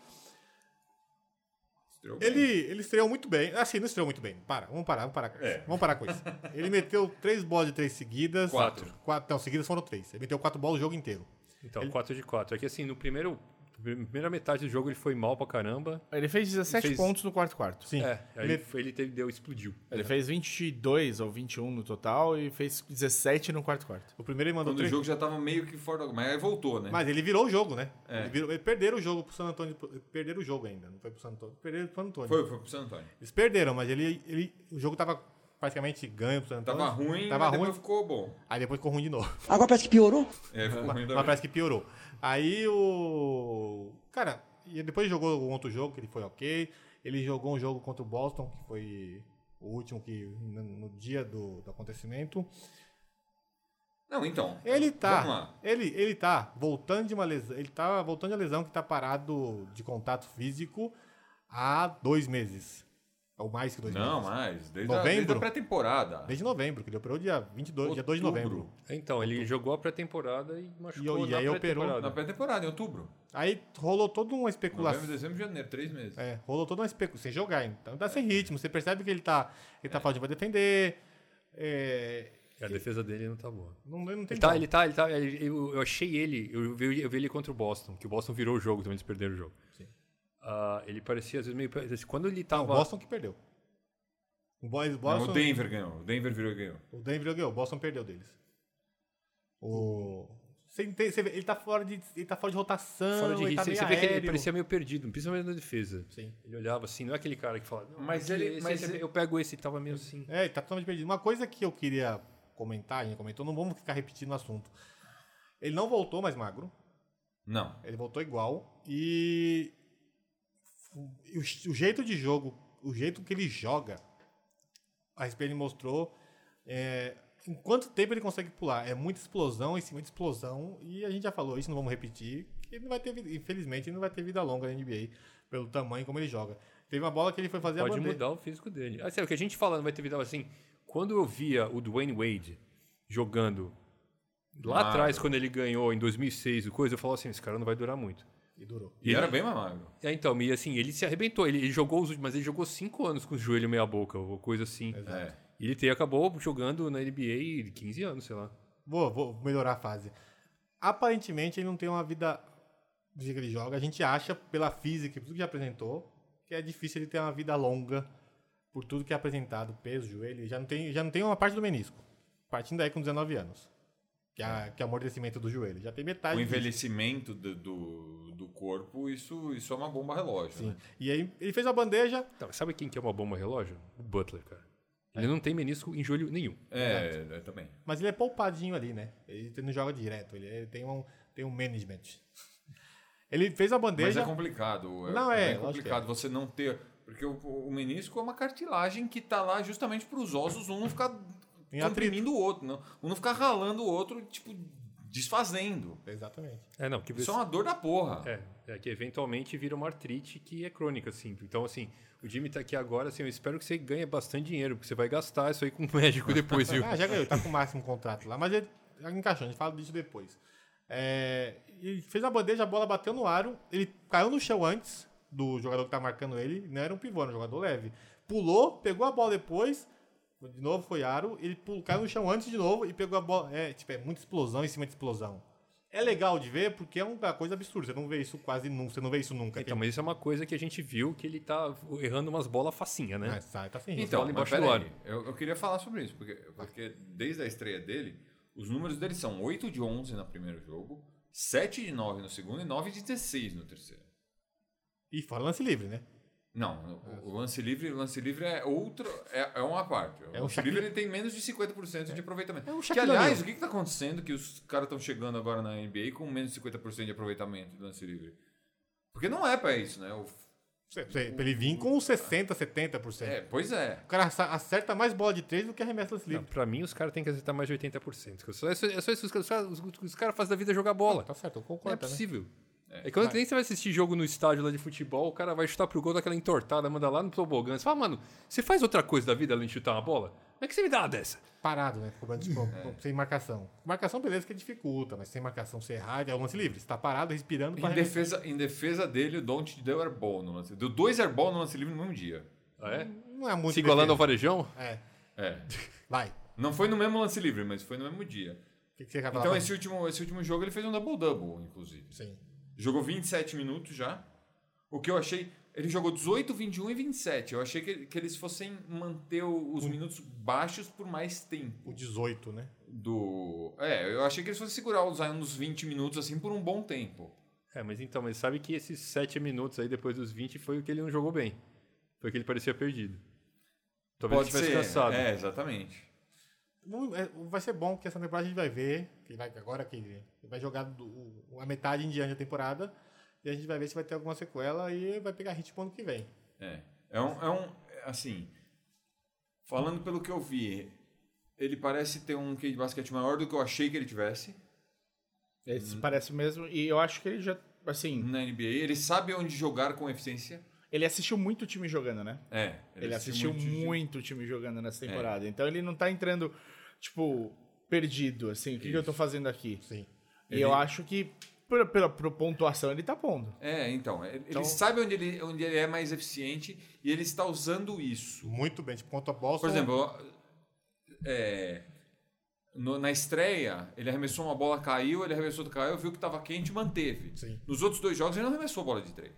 [SPEAKER 4] Estreou bem.
[SPEAKER 2] Ele, é ele estreou muito bem. Assim, não estreou muito bem. Para, vamos parar, vamos parar com isso.
[SPEAKER 4] É.
[SPEAKER 2] Vamos parar com isso. Ele meteu três bolas de três seguidas.
[SPEAKER 4] Quatro.
[SPEAKER 2] Quatro, não, seguidas foram três. Ele meteu quatro bolas o jogo inteiro.
[SPEAKER 5] Então, 4 de 4. É que assim, no primeiro. na Primeira metade do jogo ele foi mal pra caramba.
[SPEAKER 3] Ele fez 17
[SPEAKER 5] Fez-
[SPEAKER 3] pontos no quarto-quarto.
[SPEAKER 2] Sim.
[SPEAKER 5] É, aí
[SPEAKER 2] Ele-
[SPEAKER 5] ele, foi- ele teve, deu, explodiu.
[SPEAKER 3] Ele fez 22 ou 21 no total e fez 17 no quarto-quarto.
[SPEAKER 2] O primeiro ele mandou
[SPEAKER 4] Quando o
[SPEAKER 2] três.
[SPEAKER 4] jogo já tava meio que fora do. Mas aí voltou, né?
[SPEAKER 2] Mas ele virou o jogo, né?
[SPEAKER 4] É.
[SPEAKER 2] Ele virou, ele perderam o jogo pro San Antônio. Perderam o jogo ainda. Não foi pro San Antônio. Perderam pro San Antônio.
[SPEAKER 4] Foi, foi pro San Antônio.
[SPEAKER 2] Eles perderam, mas ele, ele, o jogo tava praticamente ganho pro San Antônio.
[SPEAKER 4] Tava ruim,
[SPEAKER 2] Tava
[SPEAKER 4] mas
[SPEAKER 2] ruim.
[SPEAKER 4] depois ficou bom.
[SPEAKER 2] Aí depois ficou ruim de novo.
[SPEAKER 7] Agora parece que piorou.
[SPEAKER 4] É, ficou ruim
[SPEAKER 2] Mas
[SPEAKER 4] da
[SPEAKER 2] parece que piorou. Aí o. Cara, e depois jogou um outro jogo que ele foi ok. Ele jogou um jogo contra o Boston, que foi o último que. no no dia do, do acontecimento.
[SPEAKER 4] Não, então.
[SPEAKER 2] Ele
[SPEAKER 4] Vamos
[SPEAKER 2] tá.
[SPEAKER 4] lá.
[SPEAKER 2] Ele, ele tá voltando de uma lesão. Ele tá voltando de uma lesão que tá parado de contato físico há dois meses. Ou mais que dois
[SPEAKER 4] Não,
[SPEAKER 2] meses.
[SPEAKER 4] mas desde a, desde
[SPEAKER 2] Novembro?
[SPEAKER 4] a pré-temporada.
[SPEAKER 2] Desde novembro, que ele operou dia 22, dia 2 de
[SPEAKER 4] Outubro.
[SPEAKER 2] novembro.
[SPEAKER 5] Então, ele jogou a pré-temporada e machucou
[SPEAKER 2] E- e
[SPEAKER 5] na
[SPEAKER 2] aí operou.
[SPEAKER 5] pré-temporada.
[SPEAKER 4] Na pré-temporada, em outubro.
[SPEAKER 2] Aí rolou toda uma
[SPEAKER 4] Novembro,
[SPEAKER 2] especulação.
[SPEAKER 4] dezembro, janeiro, três meses.
[SPEAKER 2] É, rolou toda uma especulação, sem jogar, então tá sem ritmo. Você percebe que ele tá, ele
[SPEAKER 5] É.
[SPEAKER 2] tá falando de vai defender. é,
[SPEAKER 5] E A defesa dele não tá boa.
[SPEAKER 2] não, não tem
[SPEAKER 5] Ele tá,
[SPEAKER 2] como.
[SPEAKER 5] ele tá, ele tá, ele- eu, eu achei ele, eu vi, eu vi ele contra o Boston, que o Boston virou o jogo, também eles perderam o jogo. Ah, ele parecia às vezes meio. parecido- Quando ele
[SPEAKER 2] Não,
[SPEAKER 5] tava.
[SPEAKER 2] o Boston que perdeu. O, Bo- o
[SPEAKER 4] Não,
[SPEAKER 2] Boston,
[SPEAKER 4] o Denver ganhou. O Denver virou e ganhou.
[SPEAKER 2] o Denver ganhou, o Boston perdeu deles. O... Você ente- você vê, ele, tá fora de, ele tá fora de rotação,
[SPEAKER 5] fora de
[SPEAKER 2] ele
[SPEAKER 5] ritmo,
[SPEAKER 2] tá
[SPEAKER 5] você,
[SPEAKER 2] meio
[SPEAKER 5] você vê que ele
[SPEAKER 2] aéreo.
[SPEAKER 5] parecia meio perdido, principalmente na defesa.
[SPEAKER 2] Sim.
[SPEAKER 5] Ele olhava assim, não é aquele cara que fala. "Não,
[SPEAKER 4] Mas
[SPEAKER 5] esse-
[SPEAKER 4] ele-
[SPEAKER 5] esse-
[SPEAKER 4] mas
[SPEAKER 5] esse-
[SPEAKER 4] ele-
[SPEAKER 5] eu pego esse, tava meio assim.
[SPEAKER 2] É, ele tá totalmente perdido. Uma coisa que eu queria comentar, a gente comentou, não vamos ficar repetindo o assunto. Ele não voltou mais magro,
[SPEAKER 4] Não.
[SPEAKER 2] ele voltou igual e o, o jeito de jogo, o jeito que ele joga, a SPN mostrou é, em quanto tempo ele consegue pular. É muita explosão em cima de explosão e a gente já falou isso, não vamos repetir. que Ele não vai ter, vida- infelizmente, ele não vai ter vida longa na NBA pelo tamanho como ele joga. Teve é uma bola que ele foi fazer a
[SPEAKER 5] Pode
[SPEAKER 2] bandeira.
[SPEAKER 5] mudar o físico dele. Ah, sério, o que a gente fala não vai ter vida assim. Quando eu via o Dwayne Wade jogando lá
[SPEAKER 4] Magro.
[SPEAKER 5] atrás, quando ele ganhou em 2006 o coisa, eu falava assim: esse cara não vai durar muito.
[SPEAKER 2] E durou.
[SPEAKER 4] E era bem mais magro.
[SPEAKER 5] É, então, e assim, ele se arrebentou. Ele, ele jogou os últimos, mas ele jogou cinco anos com o joelho meia-boca, ou coisa assim.
[SPEAKER 2] Tá
[SPEAKER 4] É.
[SPEAKER 5] E ele te- acabou jogando na NBA 15 anos, sei lá.
[SPEAKER 2] Vou, vou melhorar a fase. Aparentemente ele não tem uma vida do jeito que ele joga. A gente acha pela física, e por tudo que já apresentou, que é difícil ele ter uma vida longa por tudo que é apresentado, peso, joelho, ele já não tem, já não tem uma parte do menisco. Partindo daí com 19 anos. Que é, que é o amortecimento do joelho. Já tem metade.
[SPEAKER 4] O
[SPEAKER 2] disso.
[SPEAKER 4] envelhecimento do, do, do corpo, isso, isso é uma bomba relógio.
[SPEAKER 2] Sim.
[SPEAKER 4] né?
[SPEAKER 2] E aí ele fez a bandeja,
[SPEAKER 5] Tá, mas sabe quem que é uma bomba relógio? O Butler, cara. Ele não tem menisco em joelho nenhum.
[SPEAKER 4] É, é, também.
[SPEAKER 2] mas ele é poupadinho ali, né? Ele não joga direto, ele é- tem um, tem um management. <laughs> Ele fez a
[SPEAKER 4] Mas
[SPEAKER 2] bandeja.
[SPEAKER 4] é complicado. É,
[SPEAKER 2] Não, é,
[SPEAKER 4] bem
[SPEAKER 2] lógico
[SPEAKER 4] complicado
[SPEAKER 2] que
[SPEAKER 4] você não ter. Porque o, o menisco é uma cartilagem que tá lá justamente para os ossos um não ficar
[SPEAKER 2] Em
[SPEAKER 4] comprimindo o outro, não. Um não ficar ralando o outro, tipo, desfazendo.
[SPEAKER 2] Exatamente.
[SPEAKER 5] É, não, que
[SPEAKER 4] Isso é uma dor da porra.
[SPEAKER 5] É, é que eventualmente vira uma artrite que é crônica, assim. Então, assim, o Jimmy tá aqui agora, assim, eu espero que você ganhe bastante dinheiro, porque você vai gastar isso aí com o <laughs> médico depois,
[SPEAKER 2] <laughs>
[SPEAKER 5] viu?
[SPEAKER 2] Ah, já ganhou, tá com o máximo contrato lá. Mas ele já encaixou, a gente fala disso depois. É, ele fez a bandeja, a bola bateu no aro, ele caiu no chão antes do jogador que tá marcando ele, não era um pivô, era um jogador leve. Pulou, pegou a bola depois, de novo foi aro, ele pul- caiu no chão antes de novo e pegou a bola. É, tipo, é muita explosão em cima de explosão. É legal de ver porque é uma coisa absurda, você não vê isso quase nunca, você não vê isso nunca.
[SPEAKER 5] Então, mas isso é uma coisa que a gente viu que ele tá errando umas bolas facinha, né?
[SPEAKER 2] Ah, sai, tá sem risco.
[SPEAKER 4] Então,
[SPEAKER 5] Bola
[SPEAKER 4] mas
[SPEAKER 5] embaixo do
[SPEAKER 4] peraí, eu, eu queria falar sobre isso, porque, porque desde a estreia dele, os números dele são 8 de 11 no primeiro jogo, 7 de 9 no segundo e 9 de 16 no terceiro.
[SPEAKER 2] E fora lance livre, né?
[SPEAKER 4] Não, o- o lance livre, o lance livre é outro, é, é uma parte. O
[SPEAKER 2] É um
[SPEAKER 4] lance
[SPEAKER 2] Shaquille-
[SPEAKER 4] livre ele tem menos de 50% de aproveitamento.
[SPEAKER 2] É um
[SPEAKER 4] que
[SPEAKER 2] Shaquille
[SPEAKER 4] aliás,
[SPEAKER 2] O'Neal.
[SPEAKER 4] o que está acontecendo que os caras estão chegando agora na NBA com menos de 50% de aproveitamento do lance livre? Porque não é para isso, né? O-
[SPEAKER 2] Pra você- pra ele vir com 60, 70%.
[SPEAKER 4] é, pois é.
[SPEAKER 2] O cara aça- acerta mais bola de três do que arremessa lance
[SPEAKER 5] Não,
[SPEAKER 2] livre.
[SPEAKER 5] pra mim, os caras têm que acertar mais de 80%. que eu só- É só, é só isso que os caras os, os caras fazem da vida é jogar bola.
[SPEAKER 2] Tá certo, eu
[SPEAKER 5] Não é
[SPEAKER 2] concordo. né?
[SPEAKER 5] possível. É, que quando nem você vai assistir jogo no estádio lá de futebol, o cara vai chutar pro gol daquela entortada, manda lá no tobogã. Você fala, mano, você faz outra coisa da vida além de chutar uma bola? Como é que você me dá uma dessa?
[SPEAKER 2] Parado, né? Cobrando de- Sem marcação. Marcação, beleza, que dificulta, mas sem marcação, você errar, é o lance livre. Você tá parado, respirando. pra
[SPEAKER 4] Em
[SPEAKER 2] arremessar.
[SPEAKER 4] defesa, em defesa dele, o Don't deu airball no lance. Deu dois airball no lance livre no mesmo dia.
[SPEAKER 5] Ah, é?
[SPEAKER 2] Não é muito.
[SPEAKER 5] Se igualando ao
[SPEAKER 2] defesa.
[SPEAKER 5] varejão?
[SPEAKER 2] É.
[SPEAKER 4] É.
[SPEAKER 2] Vai.
[SPEAKER 4] Não foi no mesmo lance livre, mas foi no mesmo dia.
[SPEAKER 2] O que, que você quer falar?
[SPEAKER 4] Então
[SPEAKER 2] pra
[SPEAKER 4] esse último, esse último jogo ele fez um double-double, inclusive.
[SPEAKER 2] mim? Sim.
[SPEAKER 4] Jogou 27 minutos já. O que eu achei. Ele jogou 18, 21 e 27. Eu achei que, que eles fossem manter o- os minutos baixos por mais tempo.
[SPEAKER 2] O 18, né?
[SPEAKER 4] Do. É, eu achei que eles fossem segurar o Zion nos 20 minutos assim por um bom tempo.
[SPEAKER 5] É, mas então, mas sabe que esses 7 minutos aí depois dos 20 foi o que ele não jogou bem. Foi que ele parecia perdido. Talvez ele tivesse cansado.
[SPEAKER 4] É, exatamente.
[SPEAKER 2] Não- é, Vai ser bom, porque essa temporada a gente vai ver. Que vai, agora que ele vai jogar do- o- a metade em diante da temporada. E a gente vai ver se vai ter alguma sequela e vai pegar ritmo ano que vem.
[SPEAKER 4] É. É um, é um. Assim. Falando pelo que eu vi, ele parece ter um QI de basquete maior do que eu achei que ele tivesse
[SPEAKER 3] Esse parece mesmo. E eu acho que ele já. Assim,
[SPEAKER 4] na NBA. Ele sabe onde jogar com eficiência.
[SPEAKER 3] ele assistiu muito o time jogando, né?
[SPEAKER 4] É.
[SPEAKER 3] Ele, assistiu, muito, o time jogando nessa temporada. Então ele não tá entrando, tipo, perdido, assim, o que, que eu tô fazendo aqui?
[SPEAKER 2] Sim.
[SPEAKER 3] E eu acho que, pela, pela, pela pontuação, ele tá pondo.
[SPEAKER 4] É, então. Ele ele sabe onde ele, onde ele é mais eficiente e ele está usando isso.
[SPEAKER 2] Muito bem. Tipo, quanto a Boston.
[SPEAKER 4] Por exemplo, é, no- na estreia, ele arremessou uma bola, caiu, ele arremessou, caiu, viu que estava quente e manteve.
[SPEAKER 2] Sim.
[SPEAKER 4] Nos outros dois jogos, ele não arremessou bola de três.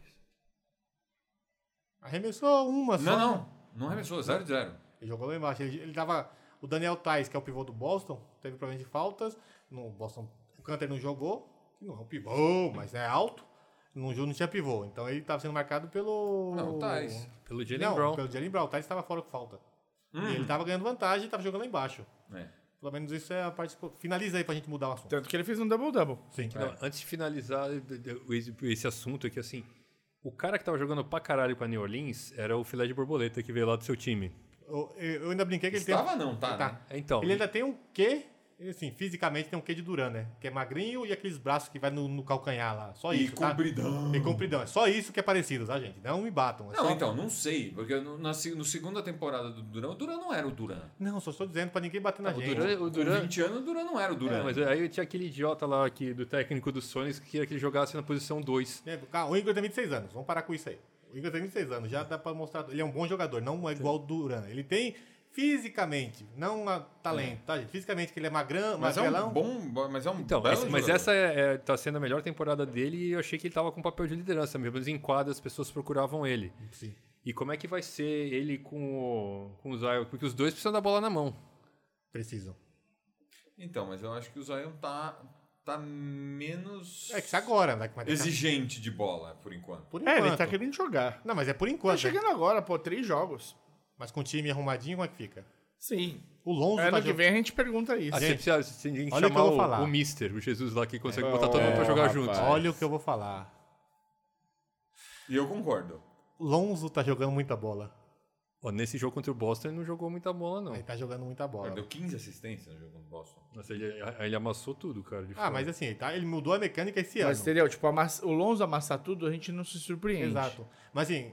[SPEAKER 2] Arremessou uma só.
[SPEAKER 4] Não, não. Não arremessou, 0 de 0.
[SPEAKER 2] Ele jogou lá embaixo. Ele, ele tava. O Daniel Tais, que é o pivô do Boston, teve problema de faltas. No Boston, o Canter não jogou. que Não é um pivô, mas é alto. No jogo não tinha pivô. Então ele tava sendo marcado pelo.
[SPEAKER 4] Não, tá, Tais.
[SPEAKER 5] Pelo Jalen
[SPEAKER 2] Não,
[SPEAKER 5] Brown.
[SPEAKER 2] pelo Jalen Brown. O Tais tava fora com falta.
[SPEAKER 4] Hum.
[SPEAKER 2] E ele tava ganhando vantagem e tava jogando lá embaixo.
[SPEAKER 4] É.
[SPEAKER 2] Pelo menos isso é a parte. Finaliza aí pra gente mudar o assunto.
[SPEAKER 3] Tanto que ele fez um double-double.
[SPEAKER 2] Sim.
[SPEAKER 5] Não, Antes de finalizar eu- eu- eu- esse, esse assunto aqui, assim, o cara que tava jogando pra caralho pra New Orleans era o filé de borboleta que veio lá do seu time.
[SPEAKER 2] Eu, eu ainda brinquei que ele
[SPEAKER 4] Estava
[SPEAKER 2] tem.
[SPEAKER 4] não, tá?
[SPEAKER 2] Tá.
[SPEAKER 4] né?
[SPEAKER 5] É, Então,
[SPEAKER 2] Ele ainda tem um quê? Assim, fisicamente tem um quê de Duran, né? Que é magrinho e aqueles braços que vai no, no calcanhar lá. Só
[SPEAKER 4] E
[SPEAKER 2] isso. tá?
[SPEAKER 4] compridão.
[SPEAKER 2] E compridão. É só isso que é parecido, tá, gente? Não me batam. é
[SPEAKER 4] Não,
[SPEAKER 2] só-
[SPEAKER 4] então, não sei. Porque no, na se- no segunda temporada do Duran, o Duran não era o Duran.
[SPEAKER 2] Não, só estou dizendo pra ninguém bater na
[SPEAKER 5] o
[SPEAKER 2] gente.
[SPEAKER 5] Duran, o
[SPEAKER 4] Com
[SPEAKER 5] Duran
[SPEAKER 4] 20 anos, o Duran não era o Duran.
[SPEAKER 5] É, mas aí tinha aquele idiota lá que, do técnico do Sonics que queria que ele jogasse na posição 2.
[SPEAKER 2] É, calma, o Igor tem 26 anos. Vamos parar com isso aí. O Igor tem 26 anos. Já dá pra mostrar. Ele é um bom jogador. Não é igual o Duran. Ele tem fisicamente, não a talento, tá, gente? Fisicamente, que ele é magrão,
[SPEAKER 4] Mas é
[SPEAKER 2] magrelão.
[SPEAKER 4] um bom. Mas é um
[SPEAKER 5] Então,
[SPEAKER 4] belo
[SPEAKER 5] esse- mas
[SPEAKER 4] jogador.
[SPEAKER 5] essa é, é- tá sendo a melhor temporada dele e eu achei que ele tava com papel de liderança, mesmo Mas em quadra as pessoas procuravam ele.
[SPEAKER 2] Sim.
[SPEAKER 5] E como é que vai ser ele com o, com o Zion? Porque os dois precisam da bola na mão.
[SPEAKER 2] Precisam.
[SPEAKER 4] Então, mas eu acho que o Zion tá, tá menos
[SPEAKER 2] É que isso agora. Né? Mas
[SPEAKER 4] exigente de bola, por enquanto.
[SPEAKER 2] Por
[SPEAKER 3] É,
[SPEAKER 2] enquanto.
[SPEAKER 3] ele tá querendo jogar.
[SPEAKER 2] Não, mas é por
[SPEAKER 3] Tá
[SPEAKER 2] enquanto. né?
[SPEAKER 3] chegando agora, pô, três jogos.
[SPEAKER 2] Mas com o time arrumadinho, como é que fica?
[SPEAKER 3] Sim.
[SPEAKER 2] O Lonzo tá
[SPEAKER 3] É, Ano que
[SPEAKER 2] jogando.
[SPEAKER 3] vem a gente pergunta isso.
[SPEAKER 5] Ah, você precisa você tem que
[SPEAKER 2] olha o que eu
[SPEAKER 5] chamar
[SPEAKER 2] vou
[SPEAKER 5] o,
[SPEAKER 2] falar.
[SPEAKER 5] o, Mister, o Jesus lá que consegue botar todo mundo pra
[SPEAKER 3] é,
[SPEAKER 5] jogar
[SPEAKER 3] rapaz.
[SPEAKER 5] junto.
[SPEAKER 2] Olha o que eu vou falar.
[SPEAKER 4] E eu concordo.
[SPEAKER 2] Lonzo tá jogando muita bola.
[SPEAKER 5] Ó, nesse jogo contra o Boston ele não jogou muita bola, não.
[SPEAKER 2] Ele tá jogando muita bola.
[SPEAKER 4] Deu 15 assistências no jogo do Boston.
[SPEAKER 5] Nossa, ele, ele amassou tudo, cara. de
[SPEAKER 2] Ah,
[SPEAKER 5] fora.
[SPEAKER 2] mas assim, ele, tá, ele mudou a mecânica esse
[SPEAKER 3] Mas
[SPEAKER 2] ano.
[SPEAKER 3] entendeu? Tipo, amass- o Lonzo amassar tudo, a gente não se surpreende.
[SPEAKER 2] Exato. Mas assim,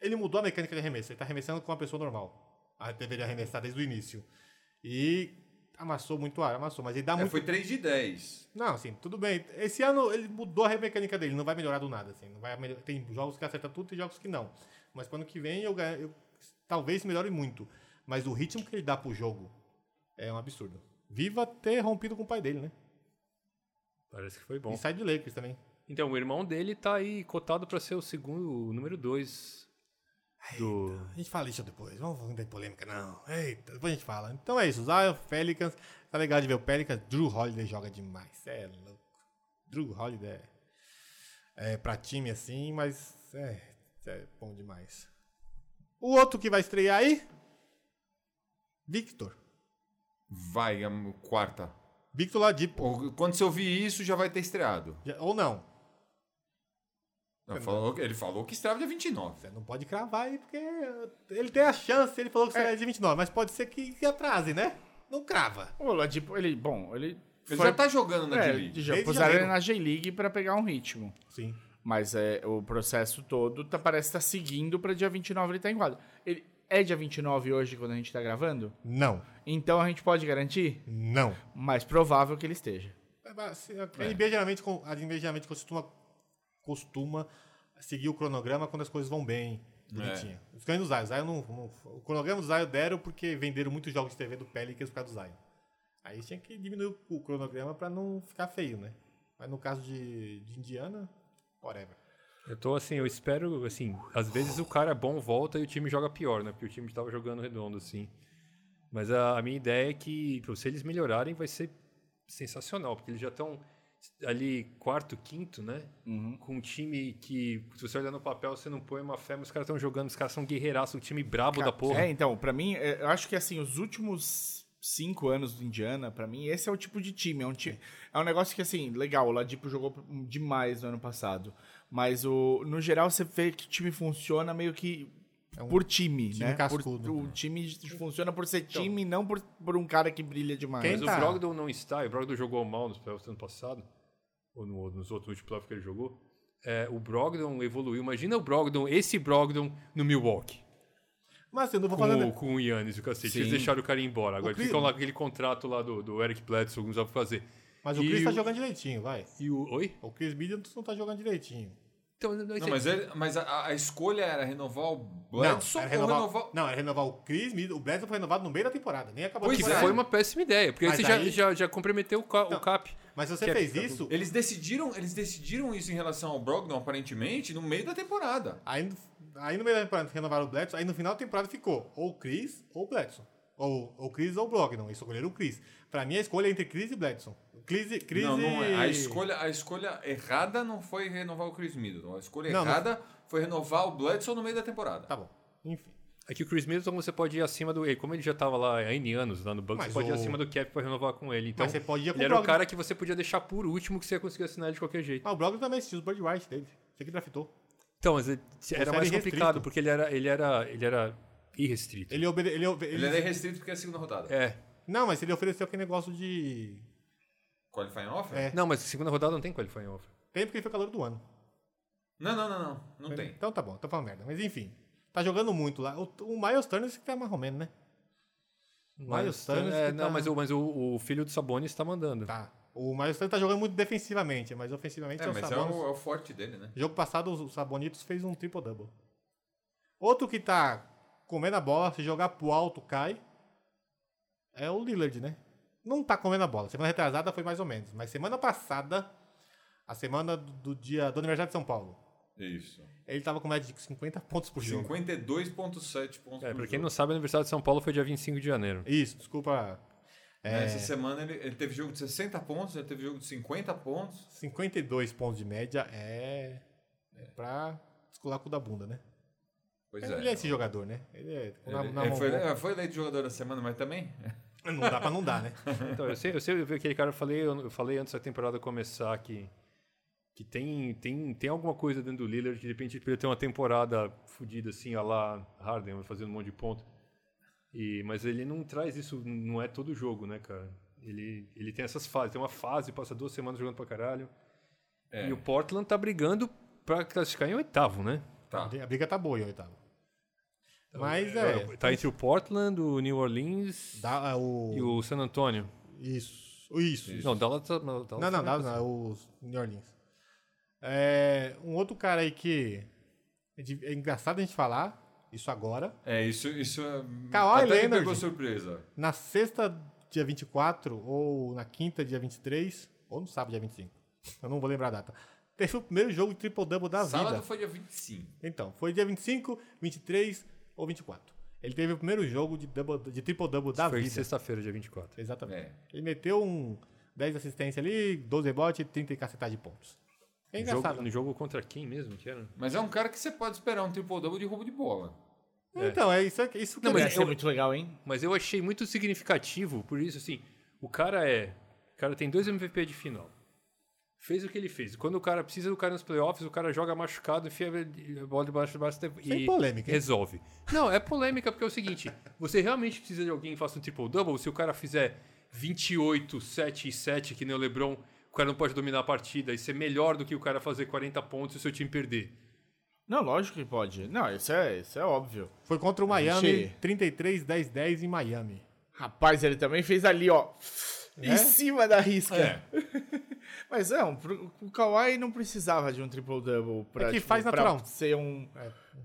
[SPEAKER 2] ele mudou a mecânica de arremesso. Ele tá arremessando com uma pessoa normal. Ah, deveria arremessar desde o início. E amassou muito ar, amassou. Mas ele dá
[SPEAKER 4] É,
[SPEAKER 2] muito.
[SPEAKER 4] foi 3 de 10.
[SPEAKER 2] Não, assim, tudo bem. Esse ano ele mudou a mecânica dele, não vai melhorar do nada, assim. Não vai melhor... Tem jogos que acerta tudo e jogos que não. Mas quando que vem eu, ganho- eu talvez melhore muito. Mas o ritmo que ele dá pro jogo é um absurdo. Viva ter rompido com o pai dele, né?
[SPEAKER 5] Parece que foi bom.
[SPEAKER 2] E sai do Lakers também.
[SPEAKER 5] Então, o irmão dele tá aí cotado pra ser o segundo, o número 2 do.
[SPEAKER 2] A gente fala isso depois, vamos ter polêmica, não. Eita, depois a gente fala. Então é isso, Zion, Pelicans. Tá legal de ver o Pelicans. Drew Holiday joga demais, cê é louco. Drew Holiday é- é pra time assim, mas é, é bom demais. O outro que vai estrear aí? Victor.
[SPEAKER 4] Vai, am- quarta.
[SPEAKER 2] Victor Ladipo.
[SPEAKER 4] Ou- Quando você ouvir isso, já vai ter estreado.
[SPEAKER 2] Já- Ou não.
[SPEAKER 4] Não, falou- ele falou que estreava dia 29.
[SPEAKER 2] Você não pode cravar aí, porque ele tem a chance, ele falou que será de 29, mas pode ser que que atrase, né? Não crava.
[SPEAKER 3] O Oladipo, é tipo, ele, bom, ele...
[SPEAKER 4] Ele
[SPEAKER 3] foi-
[SPEAKER 4] já tá jogando na
[SPEAKER 3] é,
[SPEAKER 4] D-League.
[SPEAKER 3] já
[SPEAKER 2] Desde
[SPEAKER 3] puseram ele
[SPEAKER 2] janeiro.
[SPEAKER 3] na G-League pra pegar um ritmo.
[SPEAKER 2] Sim.
[SPEAKER 3] Mas é, o processo todo tá, parece estar tá seguindo pra dia 29 ele tá em quadro. Ele, é dia 29 hoje quando a gente tá gravando?
[SPEAKER 2] Não.
[SPEAKER 3] Então a gente pode garantir?
[SPEAKER 2] Não.
[SPEAKER 3] Mais provável que ele esteja.
[SPEAKER 2] É, mas, assim, A a NBA geralmente, com- a NBA geralmente costuma, costuma seguir o cronograma quando as coisas vão bem. Bonitinha.
[SPEAKER 5] É.
[SPEAKER 2] Os ganhos do Zion. Zion não, não- o cronograma do Zion deram porque venderam muitos jogos de TV do Pelicans por causa do Zion. Aí tinha que diminuir o- o cronograma pra não ficar feio, né? Mas no caso de, de Indiana, whatever.
[SPEAKER 5] Eu tô assim, eu espero, assim, às vezes o cara é bom, volta e o time joga pior, né? Porque o time tava jogando redondo, assim. Mas a, a minha ideia é que, pô, se eles melhorarem, vai ser sensacional, porque eles já estão ali quarto, quinto, né? Com um time que, se você olhar no papel, você não põe uma fé, mas os caras estão jogando, os caras são guerreiraços, um time brabo da porra.
[SPEAKER 3] É, então, pra mim, é, eu acho que assim, os últimos cinco anos do Indiana, pra mim, esse é o tipo de time. É um, ti- é um negócio que, assim, legal, o Ladipo jogou demais no ano passado. Mas o, no geral, você vê que o time funciona meio que por time,
[SPEAKER 2] É um time
[SPEAKER 3] né?
[SPEAKER 2] cascudo.
[SPEAKER 3] Por, o time funciona por ser time, não por, por um cara que brilha demais.
[SPEAKER 2] Quem
[SPEAKER 5] Então, Mas
[SPEAKER 2] tá?
[SPEAKER 5] o Brogdon não está, e o Brogdon jogou mal nos playoffs do ano passado, ou no- nos outros últimos playoffs que ele jogou. É, o Brogdon evoluiu. Imagina o Brogdon, esse Brogdon no Milwaukee.
[SPEAKER 2] Mas assim, eu não vou
[SPEAKER 5] Com,
[SPEAKER 2] falar.
[SPEAKER 5] o- com o Yannis e o cacete. Eles
[SPEAKER 3] Sim.
[SPEAKER 5] deixaram o cara ir embora. Agora
[SPEAKER 2] O Cleveland-
[SPEAKER 5] ficam lá com aquele contrato lá do, do Eric Bledsoe, não sabe o que fazer.
[SPEAKER 2] Mas o
[SPEAKER 5] E
[SPEAKER 2] Chris tá
[SPEAKER 5] o-
[SPEAKER 2] jogando direitinho, vai.
[SPEAKER 5] E o. Oi?
[SPEAKER 2] O Chris Middleton tá jogando direitinho.
[SPEAKER 5] Então,
[SPEAKER 4] Não, mas, é- ele- mas a, a escolha era renovar o
[SPEAKER 2] Não,
[SPEAKER 4] Bledson
[SPEAKER 2] era
[SPEAKER 4] ou
[SPEAKER 2] renovar,
[SPEAKER 4] renovar...
[SPEAKER 2] não, era renovar o Chris Middleton. O Bledsoe foi renovado no meio da temporada, nem acabou a
[SPEAKER 4] Pois
[SPEAKER 5] que
[SPEAKER 4] é.
[SPEAKER 2] temporada.
[SPEAKER 5] foi uma péssima ideia, porque aí
[SPEAKER 2] Mas
[SPEAKER 5] você já-
[SPEAKER 2] aí-
[SPEAKER 5] já, já comprometeu o, ca- o cap.
[SPEAKER 2] Mas se você
[SPEAKER 5] Que é-
[SPEAKER 2] fez isso,
[SPEAKER 4] Eles decidiram, eles decidiram isso em relação ao Brogdon, aparentemente, no meio da temporada.
[SPEAKER 2] Aí aí no meio da temporada renovaram o Bledson, aí no final da temporada ficou ou Chris ou Bledson. Ou, ou Chris ou Brogdon. Eles escolheram o Chris. Pra mim, a escolha é entre Chris e Bledson. Chris, e- Chris
[SPEAKER 4] Não, não é. A
[SPEAKER 2] e-
[SPEAKER 4] escolha, a escolha errada não foi renovar o Chris Middleton. A escolha
[SPEAKER 2] Não, não.
[SPEAKER 4] errada foi renovar o Bledsoe no meio da temporada.
[SPEAKER 2] Tá bom. Enfim.
[SPEAKER 5] É que o Chris Middleton você pode ir acima do. e Como ele já tava lá há N anos lá no banco,
[SPEAKER 2] Mas
[SPEAKER 5] você pode ir
[SPEAKER 2] o-
[SPEAKER 5] acima do cap pra renovar com ele. Então,
[SPEAKER 2] Mas você pode ir com o
[SPEAKER 5] ele era o
[SPEAKER 2] Brogdon.
[SPEAKER 5] cara que você podia deixar por último que você ia conseguir assinar ele de qualquer jeito.
[SPEAKER 2] Ah, o Brogdon também assistiu os Bird White dele. Você que draftou.
[SPEAKER 5] Então, mas ele- era
[SPEAKER 2] era
[SPEAKER 5] mais
[SPEAKER 2] irrestrito.
[SPEAKER 5] complicado, porque ele era, ele era, ele era irrestrito.
[SPEAKER 2] Ele, obede- ele, obede-
[SPEAKER 4] Ele era restrito porque é a segunda rodada.
[SPEAKER 5] É.
[SPEAKER 2] Não, mas ele ofereceu aquele negócio de.
[SPEAKER 4] Qualifying offer?
[SPEAKER 2] É.
[SPEAKER 5] Não, mas segunda rodada não tem qualifying offer.
[SPEAKER 2] Tem porque ele foi calor do ano.
[SPEAKER 4] Não, não, não, não. Não tem.
[SPEAKER 2] Então tá bom, tô falando merda. Mas enfim, tá jogando muito lá. O, o Miles Turner esse que tá mais ou menos, né? Miles Turner
[SPEAKER 5] é,
[SPEAKER 2] que
[SPEAKER 5] não,
[SPEAKER 2] tá-
[SPEAKER 5] mas, o, mas o, o filho do Sabonis tá mandando.
[SPEAKER 2] Tá. O Miles Turner tá jogando muito defensivamente, mas ofensivamente
[SPEAKER 4] É,
[SPEAKER 2] é, o
[SPEAKER 4] mas é
[SPEAKER 2] Sabonis.
[SPEAKER 4] o, é o forte dele, né?
[SPEAKER 2] Jogo passado, o Sabonitos fez um triple-double. Outro que tá comendo a bola, se jogar pro alto, cai. É o Lillard, né? Não tá comendo a bola. Semana retrasada foi mais ou menos. Mas semana passada, a semana do, do dia da Universidade de São Paulo,
[SPEAKER 4] Isso.
[SPEAKER 2] ele tava com média de 50 pontos por jogo.
[SPEAKER 4] 52,7 pontos.
[SPEAKER 5] É,
[SPEAKER 4] por
[SPEAKER 5] pra quem
[SPEAKER 4] jogo.
[SPEAKER 5] não sabe, a Universidade de São Paulo foi dia 25 de janeiro.
[SPEAKER 2] Isso, desculpa. é.
[SPEAKER 4] Né, Essa semana ele, ele teve jogo de 60 pontos, ele teve jogo de 50 pontos.
[SPEAKER 2] 52 pontos de média é, é pra descolar o cu da bunda, né?
[SPEAKER 4] Pois é.
[SPEAKER 2] Ele é esse jogador, né? Ele é. na-
[SPEAKER 4] Ele-
[SPEAKER 2] na
[SPEAKER 4] ele
[SPEAKER 2] mão
[SPEAKER 4] foi,
[SPEAKER 2] boa.
[SPEAKER 4] é, foi eleito jogador da semana, mas também.
[SPEAKER 2] Não dá pra não dar, né?
[SPEAKER 5] Então, eu sei, eu sei eu vi aquele cara, eu falei, eu eu falei antes da temporada começar que, que tem, tem, tem alguma coisa dentro do Lillard, que de repente ele podia ter uma temporada fodida assim, a lá Harden, fazendo um monte de ponto. E, mas ele não traz isso, não é todo jogo, né, cara? Ele, ele tem essas fases, tem uma fase, passa duas semanas jogando pra caralho.
[SPEAKER 4] É.
[SPEAKER 5] E o Portland tá brigando pra classificar em oitavo, né?
[SPEAKER 4] Tá.
[SPEAKER 2] A briga tá boa em oitavo. Mas é.
[SPEAKER 5] Tá entre o Portland, o New Orleans
[SPEAKER 2] Dá, é,
[SPEAKER 5] e
[SPEAKER 2] o,
[SPEAKER 5] o San Antonio.
[SPEAKER 2] Isso. Isso.
[SPEAKER 5] Não, Dallas, tá, Dallas
[SPEAKER 2] Não, não, dá, não, é os New Orleans. É, um outro cara aí que. É de- é engraçado a gente falar isso agora.
[SPEAKER 4] É, isso, isso é.
[SPEAKER 2] Kawhi
[SPEAKER 4] até me
[SPEAKER 2] Leonard.
[SPEAKER 4] pegou surpresa.
[SPEAKER 2] Na sexta, dia 24, ou na quinta, dia 23, ou no sábado, dia 25. Eu não vou lembrar a data. Teve o primeiro jogo de triple-double da
[SPEAKER 4] Sábado
[SPEAKER 2] vida.
[SPEAKER 4] foi dia 25.
[SPEAKER 2] Então, foi dia 25, 23 ou 24. Ele teve o primeiro jogo de, double- de triple-double da
[SPEAKER 5] Foi
[SPEAKER 2] vida.
[SPEAKER 5] sexta-feira, dia 24.
[SPEAKER 2] Exatamente.
[SPEAKER 4] É.
[SPEAKER 2] Ele meteu um 10 assistência ali, 12 rebote, 30 e cacetada de pontos. É
[SPEAKER 5] No jogo-
[SPEAKER 2] engraçado.
[SPEAKER 5] no jogo contra quem mesmo? Que era?
[SPEAKER 4] Mas é um cara que você pode esperar um triple-double de roubo de bola.
[SPEAKER 2] Então, é isso, é isso que
[SPEAKER 5] Não,
[SPEAKER 2] eu-
[SPEAKER 5] mas
[SPEAKER 3] Deve ser
[SPEAKER 5] eu-
[SPEAKER 3] muito legal, hein?
[SPEAKER 5] Mas eu achei muito significativo, por isso, assim, o cara é. O cara tem dois MVP de final. Fez o que ele fez. Quando o cara precisa do cara nos playoffs, o cara joga machucado, enfia a bola debaixo do braço e
[SPEAKER 2] Sem polêmica, hein?
[SPEAKER 5] resolve. Não, é polêmica porque é o seguinte: você realmente precisa de alguém que faça um triple-double? Se o cara fizer 28, 7 e 7, que nem o LeBron, o cara não pode dominar a partida e ser melhor do que o cara fazer 40 pontos e o seu time perder.
[SPEAKER 3] Não, lógico que pode. Não, isso é, isso é óbvio.
[SPEAKER 2] Foi contra o
[SPEAKER 3] A gente-
[SPEAKER 2] Miami, 33, 10, 10 em Miami.
[SPEAKER 3] Rapaz, ele também fez ali, ó.
[SPEAKER 2] Né?
[SPEAKER 3] Em cima da risca.
[SPEAKER 4] É.
[SPEAKER 3] <laughs> Mas não, pro- o Kawhi não precisava de um triple-double pra, tipo,
[SPEAKER 2] É que faz
[SPEAKER 3] pra
[SPEAKER 2] natural.
[SPEAKER 3] ser um...